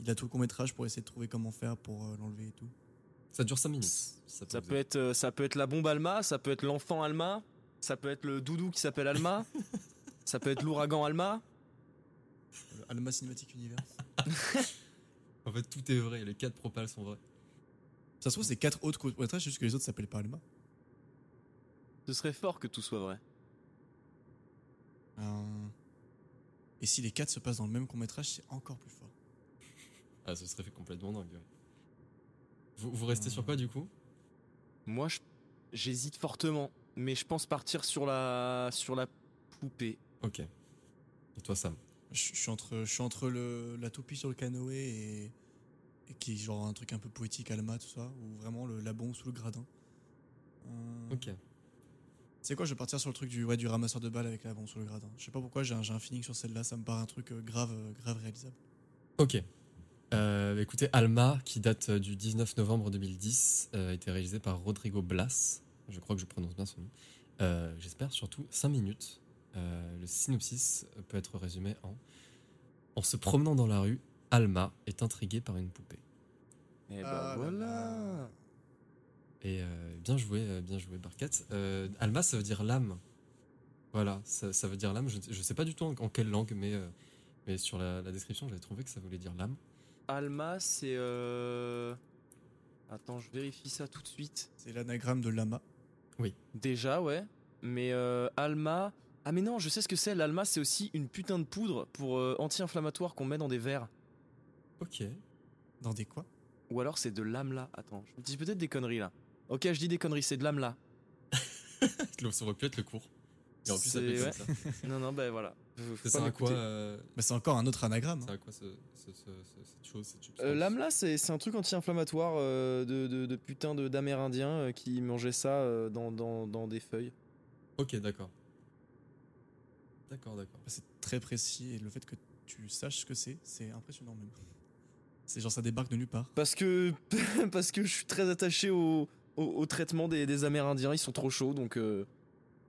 il a tout le court-métrage pour essayer de trouver comment faire pour euh, l'enlever et tout. Ça dure 5 minutes. Ça vous peut, être, euh, ça peut être la bombe Alma, ça peut être l'enfant Alma, ça peut être le doudou qui s'appelle Alma, ça peut être l'ouragan Alma. Le Alma Euh, Cinematic Universe. En fait, tout est vrai. Les quatre propales sont vrais. Ça se trouve, c'est quatre autres courts-métrages, c'est juste que les autres s'appellent pas Alma. Ce serait fort que tout soit vrai. Euh, Et si les quatre se passent dans le même court-métrage, c'est encore plus fort. Ah, ce serait fait complètement dingue. ouais. Vous, vous restez sur quoi du coup Moi, je- j'hésite fortement, mais je pense partir sur la, sur la poupée. Ok. Et toi, Sam Je je suis entre, je suis entre le, la toupie sur le canoë et, et qui est genre un truc un peu poétique, Alma, tout ça, ou vraiment le, la bombe sous le gradin. Euh, Ok. C'est quoi, je vais partir sur le truc du, ouais, du ramasseur de balles avec la bombe sous le gradin. Je sais pas pourquoi, j'ai un, j'ai un feeling sur celle-là, ça me paraît un truc euh, grave, euh, grave réalisable. Ok. Euh, écoutez, Alma, qui date euh, du 19 novembre 2010, euh, a été réalisé par Rodrigo Blas. Je crois que je prononce bien son nom. Euh, J'espère surtout 5 minutes. Euh, le synopsis peut être résumé en En se promenant dans la rue, Alma est intriguée par une poupée. Et Ah là là. Et euh, bien joué, euh, bien joué, Barquette. Euh, Alma, ça veut dire l'âme. Voilà, ça, ça veut dire l'âme. Je ne sais pas du tout en, en quelle langue, mais, euh, mais sur la, la description, j'avais trouvé que ça voulait dire l'âme. Alma, c'est. euh, Attends, je vérifie ça tout de suite. C'est l'anagramme de Lama. Déjà, ouais. Mais euh, Alma. Ah, mais non, je sais ce que c'est. L'Alma, c'est aussi une putain de poudre pour euh, anti-inflammatoire qu'on met dans des verres. Ok. Dans des quoi Ou alors c'est de l'AMLA. Attends, je dis peut-être des conneries là. Ok, je dis des conneries, c'est de l'AMLA. Ça aurait pu être le cours. Et en plus, ça C'est- s'appelle ouais. ça. non, non, ben voilà. Faut- faut Ça pas sert à quoi, m'écouter. euh, Bah, c'est encore un autre anagramme. ça hein. sert à quoi ce- ce- ce- ce- cette chose, cette substance Euh, L'AMLA, c'est c'est un truc anti-inflammatoire euh, de, de, de putain de- d'Amérindiens euh, qui mangeaient ça euh, dans, dans, dans des feuilles. Ok, d'accord. D'accord, d'accord. Bah, C'est très précis et le fait que tu saches ce que c'est, c'est impressionnant même. C'est genre ça débarque de nulle part. Parce que, parce que je suis très attaché au, au, au traitement des, des Amérindiens, ils sont trop chauds, donc, euh,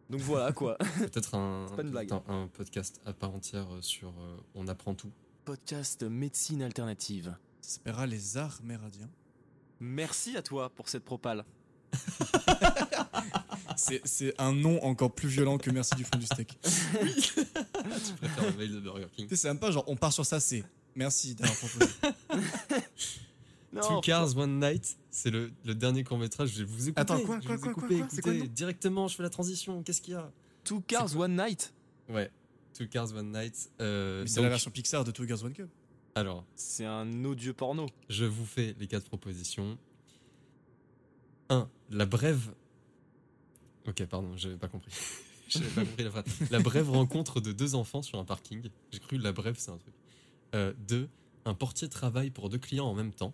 donc voilà quoi. Peut-être un, C'est pas une blague. peut-être un- un podcast à part entière euh, sur euh, On apprend tout. Podcast médecine alternative. Ça s'appellera les arts méradiens. Merci à toi pour cette propale. C'est c'est un nom encore plus violent que merci du fond du steak. Tu Je préfère le mail de Burger King. sais, c'est même pas genre on part sur ça, c'est merci d'avoir proposé. Euh, Two Cars One Night, c'est le, le dernier court métrage. Je vais vous écouter. Attends, quoi, je quoi, vais vous quoi, écouter, quoi, quoi, c'est quoi le écoutez, directement, je fais la transition. Qu'est-ce qu'il y a Two Cars One Night Ouais, Two Cars One Night. euh, Mais c'est donc- la version Pixar de Two Girls One Cup. Alors, C'est un odieux porno. je vous fais les quatre propositions. 1. La brève. Ok, pardon, j'avais pas compris. j'avais pas compris la phrase. La brève rencontre de deux enfants sur un parking. J'ai cru la brève, c'est un truc. 2. Un portier travaille pour deux clients en même temps.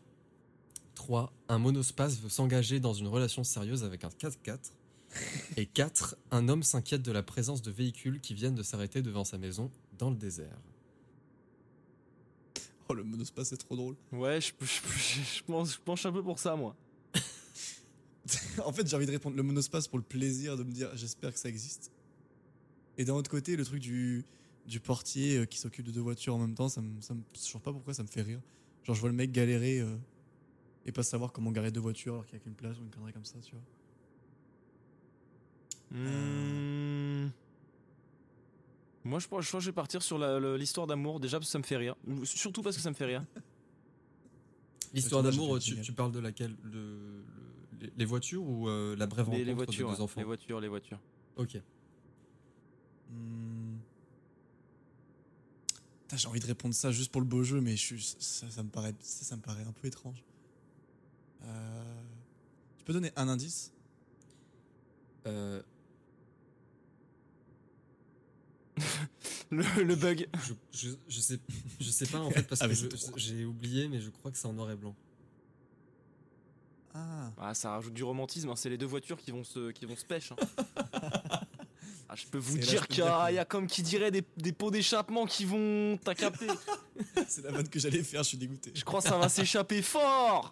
3. Un monospace veut s'engager dans une relation sérieuse avec un 4x4. Et 4. Un homme s'inquiète de la présence de véhicules qui viennent de s'arrêter devant sa maison dans le désert. Oh le monospace c'est trop drôle. Ouais, je, je, je- je pense, je penche un peu pour ça moi. en fait j'ai envie de répondre le monospace pour le plaisir de me dire j'espère que ça existe. Et d'un autre côté le truc du, du portier euh, qui s'occupe de deux voitures en même temps, ça me, ça me- je sais pas pourquoi ça me fait rire. Genre je vois le mec galérer euh, et pas savoir comment garer deux voitures alors qu'il y a qu'une place ou une connerie comme ça, tu vois. Hmm. Moi, je, pense- je crois que je vais partir sur la- le- l'histoire d'amour, déjà parce que ça me fait rire. Surtout parce que ça me fait rire. L'histoire Parce que moi, d'amour, j'ai fait tu, le tu parles de laquelle Le- le- les, les voitures ou euh, la brève Les, rencontre les voitures, de ouais, deux enfants les voitures, les voitures. Ok. Hmm. Putain, J'ai envie de répondre ça juste pour le beau jeu, mais je suis- ça, ça me, paraît, ça, ça me paraît un peu étrange. Euh, Tu peux donner un indice Euh, Le, le bug. je, je, je sais, je sais pas en fait parce Ah, que mais je- c'est trop. j'ai oublié, mais je crois que c'est en noir et blanc. Ah, Ah, ça rajoute du romantisme, hein, c'est les deux voitures qui vont se, qui vont se pêche. hein. ah, je peux vous C'est là, je dire peux qu'il y, dire a- que- il y a comme qui dirait des, des pots d'échappement qui vont. T'as capté c'est la vanne que j'allais faire, je suis dégoûté. Je crois que ça va s'échapper fort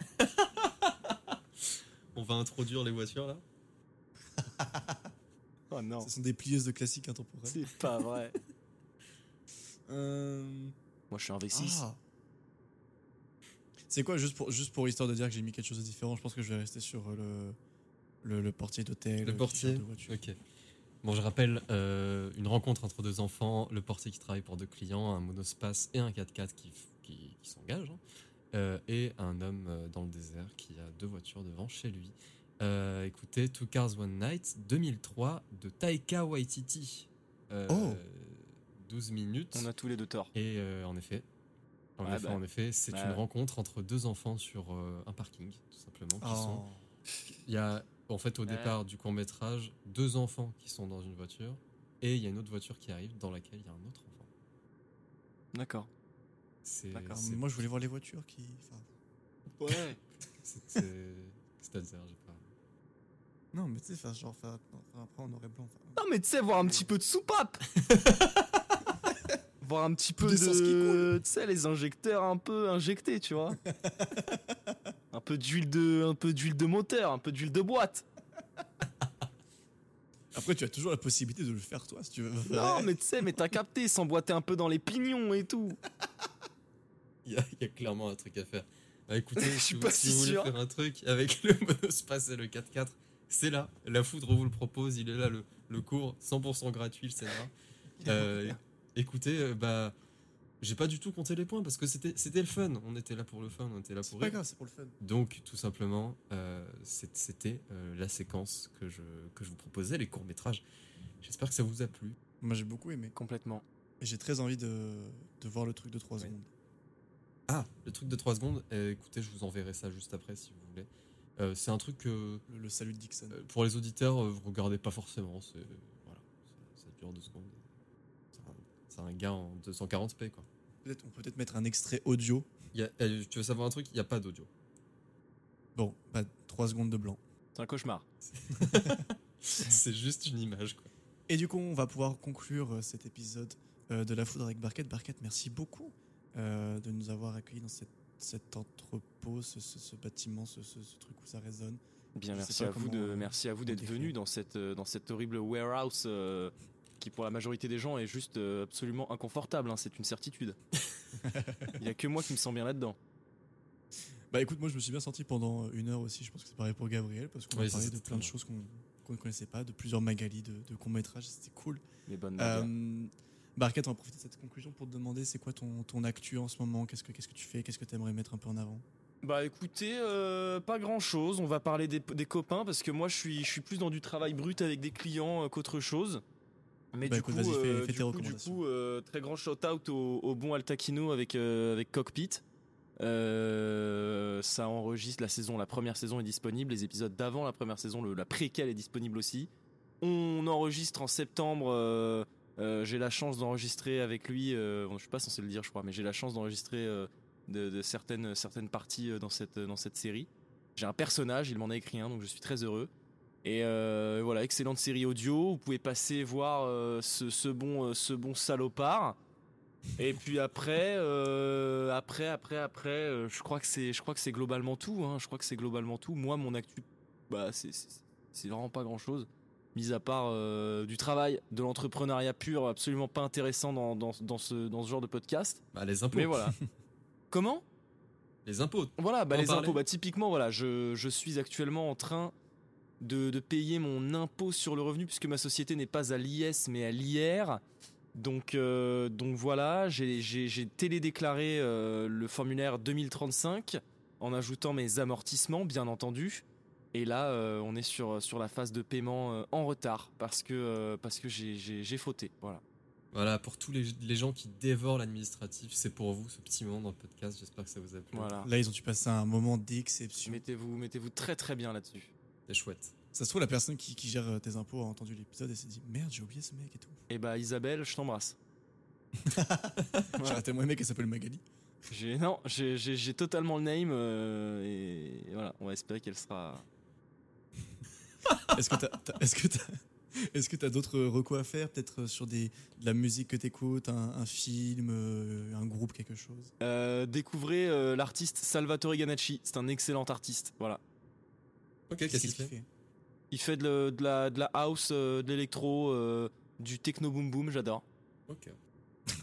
On va introduire les voitures là. Oh non, Ce sont des plieuses de classiques intemporels. c'est pas vrai. Euh, Moi je suis un V6. ah. C'est quoi, juste pour, juste pour histoire de dire que j'ai mis quelque chose de différent, je pense que je vais rester sur euh, le, le, le portier d'hôtel. Le qui portier. gère deux voitures. Ok. Bon, je rappelle euh, une rencontre entre deux enfants, le portier qui travaille pour deux clients, un monospace et un 4x4 qui, f- qui, qui s'engage, hein, euh, et un homme euh, dans le désert qui a deux voitures devant chez lui. Euh, écoutez, Two Cars One Night 2003 de Taika Waititi. Euh, Oh. 12 minutes. On a tous les deux tort. Et euh, en effet, en Ouais, effet, bah. en effet, c'est Bah une ouais. rencontre entre deux enfants sur euh, un parking, tout simplement. qui sont- Oh. Il y a, en fait, au Ouais. départ du court métrage, deux enfants qui sont dans une voiture, et il y a une autre voiture qui arrive dans laquelle il y a un autre enfant. D'accord. C'est, D'accord. c'est- Moi, je voulais voir les voitures qui. enfin, Ouais. c'est- c'est- c'est-à-dire, j'ai pas. Non, mais tu sais, enfin, genre, enfin, non, enfin, après on aurait blanc. enfin, Non mais tu sais, voir un petit peu de soupape Voir un petit peu D'essence qui de... Tu sais, les injecteurs un peu injectés, tu vois. un peu d'huile de... Un peu d'huile de moteur, un peu d'huile de boîte. Après, tu as toujours la possibilité de le faire toi si tu veux. Non Ouais. mais tu sais, mais t'as capté, s'emboîter un peu dans les pignons et tout. Il y, a, il y a clairement un truc à faire. Bah, écoutez, Je si, suis vous, pas si si vous voulez sûr. faire un truc avec le monospace et le 4x4, c'est là. La foudre vous le propose. Il est là, le, le cours 100% gratuit, le CNRA. Euh, écoutez, euh, bah, j'ai pas du tout compté les points parce que c'était c'était le fun. On était là pour le fun, on était là C'est pour pas rire. grave, c'est pour le fun. Donc, tout simplement, euh, c'est- c'était euh, la séquence que je, que je vous proposais, les courts-métrages. J'espère que ça vous a plu. Moi, j'ai beaucoup aimé. Complètement. Et j'ai très envie de, de voir le truc de 3 Ouais. secondes. Ah, le truc de 3 secondes, euh, écoutez, je vous enverrai ça juste après si vous voulez. Euh, c'est un truc que, Le, le salut de Dixon. euh, pour les auditeurs, euh, vous regardez pas forcément. c'est- euh, voilà, ça, ça dure 2 secondes. C'est un- C'est un, gain en 240p, quoi. Peut-être, on peut peut-être mettre un extrait audio. Il y a- euh, tu veux savoir un truc Il n'y a pas d'audio. Bon, bah, 3 secondes de blanc. C'est un cauchemar. c'est juste une image, quoi. Et du coup, on va pouvoir conclure euh, cet épisode euh, de La Foudre avec Barquette. Barquette, merci beaucoup euh, de nous avoir accueillis dans cette- cet entrepôt, ce, ce- ce bâtiment, ce, ce- ce truc où ça résonne. Bien, Je sais merci pas à, vous comment, de, euh, merci à vous comment d'être décrire. venu dans cette, euh, dans cette horrible warehouse euh, qui, pour la majorité des gens, est juste euh, absolument inconfortable. hein, c'est une certitude. Il n'y a que moi qui me sens bien là-dedans. Bah écoute, moi je me suis bien senti pendant euh, une heure aussi, je pense que c'est pareil pour Gabriel, parce qu'on Oui, a ça, parlé de c'était plein de très choses qu'on qu'on ne connaissait pas, de plusieurs Magali, de, de courts-métrages, c'était cool. Les bonnes Bah, manières. Euh, Barquette, on va profiter de cette conclusion pour te demander c'est quoi ton, ton actu en ce moment, qu'est-ce que qu'est-ce que tu fais, qu'est-ce que tu aimerais mettre un peu en avant Bah écoutez, euh, pas grand chose. On va parler des, des copains parce que moi je suis, je suis plus dans du travail brut avec des clients euh, qu'autre chose. Mais Bah, du, écoute, coup, vas-y, fais- euh, fais du tes coup- du recommandations. coup, euh, très grand shout out au, au bon Altakino avec, euh, avec Cockpit. Euh, ça enregistre la saison, la première saison est disponible. Les épisodes d'avant la première saison, le- la préquelle est disponible aussi. On enregistre en septembre. euh, euh, j'ai la chance d'enregistrer avec lui. euh, bon, je suis pas censé le dire, je crois, mais j'ai la chance d'enregistrer euh, de, de certaines, certaines parties euh, dans cette, dans cette série. J'ai un personnage, il m'en a écrit un, donc je suis très heureux. Et euh, voilà, excellente série audio. Vous pouvez passer voir euh, ce, ce bon, euh, ce bon salopard. Et puis après, euh, après, après, après, euh, je crois que c'est, je crois que c'est globalement tout. hein. Je crois que c'est globalement tout. Moi, mon actu, bah, c'est, c'est- c'est vraiment pas grand chose. Mis à part euh, du travail, de l'entrepreneuriat pur, absolument pas intéressant dans, dans, dans ce, dans ce genre de podcast. Bah, les impôts. Mais voilà. Comment Les impôts. voilà, bah, en les parler impôts. Bah, typiquement, voilà, je, je suis actuellement en train de, de payer mon impôt sur le revenu puisque ma société n'est pas à l'IS mais à l'IR. Donc, euh, donc voilà, j'ai- j'ai j'ai télédéclaré euh, le formulaire 2035 en ajoutant mes amortissements, bien entendu. Et là, euh, on est sur, sur la phase de paiement euh, en retard parce que, euh, parce que j'ai- j'ai j'ai fauté. Voilà. Voilà, pour tous les, les gens qui dévorent l'administratif, c'est pour vous ce petit moment dans le podcast. J'espère que ça vous a plu. voilà. Là, ils ont dû passer un moment d'exception. Mettez-vous mettez très très bien là-dessus. C'est chouette. Ça se trouve, la personne qui, qui gère euh, tes impôts a entendu l'épisode et s'est dit Merde, j'ai oublié ce mec et tout. Et bah, Isabelle, je t'embrasse. Voilà. J'aurais tellement aimé qu'elle s'appelle Magali. J'ai- Non, j'ai- j'ai j'ai totalement le name euh, et, et voilà, on va espérer qu'elle sera. Est-ce que t'as, t'as- est-ce que t'as- est-ce que t'as d'autres recos à faire Peut-être euh, sur des, de la musique que t'écoutes, un, un film, euh, un groupe, quelque chose Euh, découvrez euh, l'artiste Salvatore Ganacci, c'est un excellent artiste. Voilà. Ok, qu'est-ce qu'il fait Il fait de, le- de la, de la house, euh, de l'électro, euh, du techno boom boom, j'adore. Ok.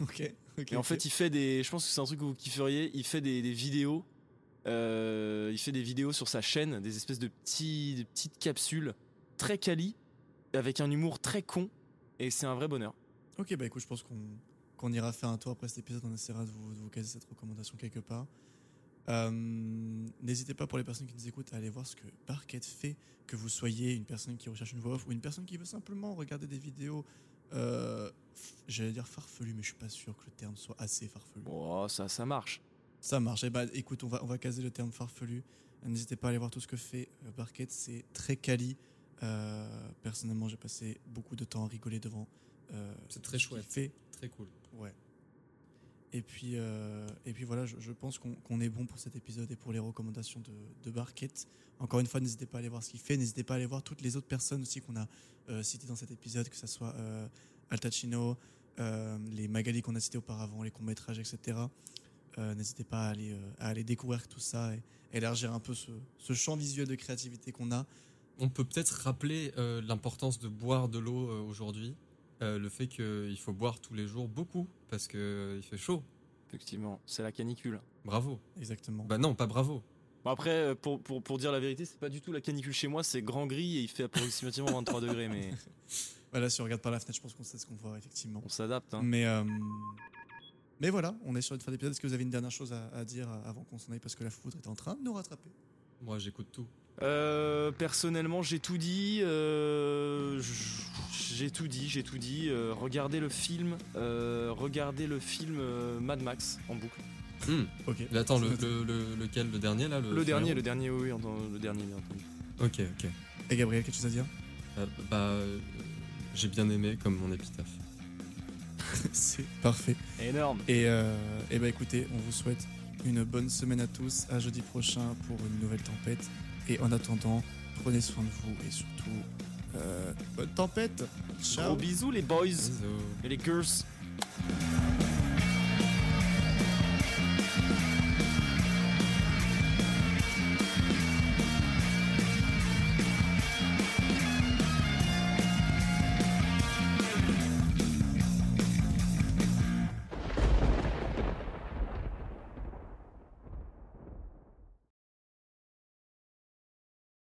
Ok, ok. Et en fait, il fait des. Je pense que c'est un truc que vous kifferiez. Il fait des, des vidéos. euh, il fait des vidéos sur sa chaîne, des espèces de, petits, de petites capsules très quali, avec un humour très con. Et c'est un vrai bonheur. Ok, bah écoute, je pense qu'on qu'on ira faire un tour après cet épisode. On essaiera de vous, de vous caser cette recommandation quelque part. Euh, N'hésitez pas pour les personnes qui nous écoutent à aller voir ce que Barquette fait, que vous soyez une personne qui recherche une voix off ou une personne qui veut simplement regarder des vidéos. euh, f- J'allais dire farfelu, mais je suis pas sûr que le terme soit assez farfelu. Oh, ça, ça marche. Ça marche. Eh ben, écoute, on va, on va caser le terme farfelu. N'hésitez pas à aller voir tout ce que fait euh, Barquette. C'est très quali. Euh, personnellement, j'ai passé beaucoup de temps à rigoler devant. euh, C'est très ce qu'il chouette. fait. Très cool. Ouais. Et puis, euh, et puis voilà, je, je pense qu'on qu'on est bon pour cet épisode et pour les recommandations de, de Barquette. Encore une fois, n'hésitez pas à aller voir ce qu'il fait, n'hésitez pas à aller voir toutes les autres personnes aussi qu'on a euh, citées dans cet épisode, que ce soit euh, Altacino, euh, les Magali qu'on a cités auparavant, les courts-métrages, etc. Euh, n'hésitez pas à aller, euh, à aller découvrir tout ça et élargir un peu ce, ce champ visuel de créativité qu'on a. On peut peut-être rappeler euh, l'importance de boire de l'eau euh, aujourd'hui. Euh, le fait qu'il faut boire tous les jours beaucoup parce que euh, il fait chaud. Effectivement, c'est la canicule. Bravo. Exactement. Bah non, pas bravo. Bon, après, euh, pour, pour, pour dire la vérité, c'est pas du tout la canicule chez moi, c'est grand gris et il fait approximativement 23 degrés, mais Voilà, si on regarde par la fenêtre, je pense qu'on sait ce qu'on voit effectivement. on s'adapte. hein. Mais, euh, mais voilà, on est sur une fin d'épisode. Est-ce que vous avez une dernière chose à, à dire euh, avant qu'on s'en aille Parce que la foudre est en train de nous rattraper. Moi, j'écoute tout. Euh, personnellement, j'ai tout dit. euh, j- j'ai tout dit, j'ai tout dit. Euh, regardez le film, euh, regardez le film euh, Mad Max en boucle. Ok. Mais attends, le, le- le- lequel Le dernier là Le dernier, le dernier, oui, oui, entend- le dernier, bien entendu. Ok, ok. Et Gabriel, quelque chose à dire Euh, bah, euh, j'ai bien aimé comme mon épitaphe. C'est parfait. Énorme. Et, euh, et bah écoutez, on vous souhaite une bonne semaine à tous. À jeudi prochain pour une nouvelle tempête. Et en attendant, prenez soin de vous et surtout, euh, bonne tempête Gros bisous les boys Mm. Bisous. et les girls.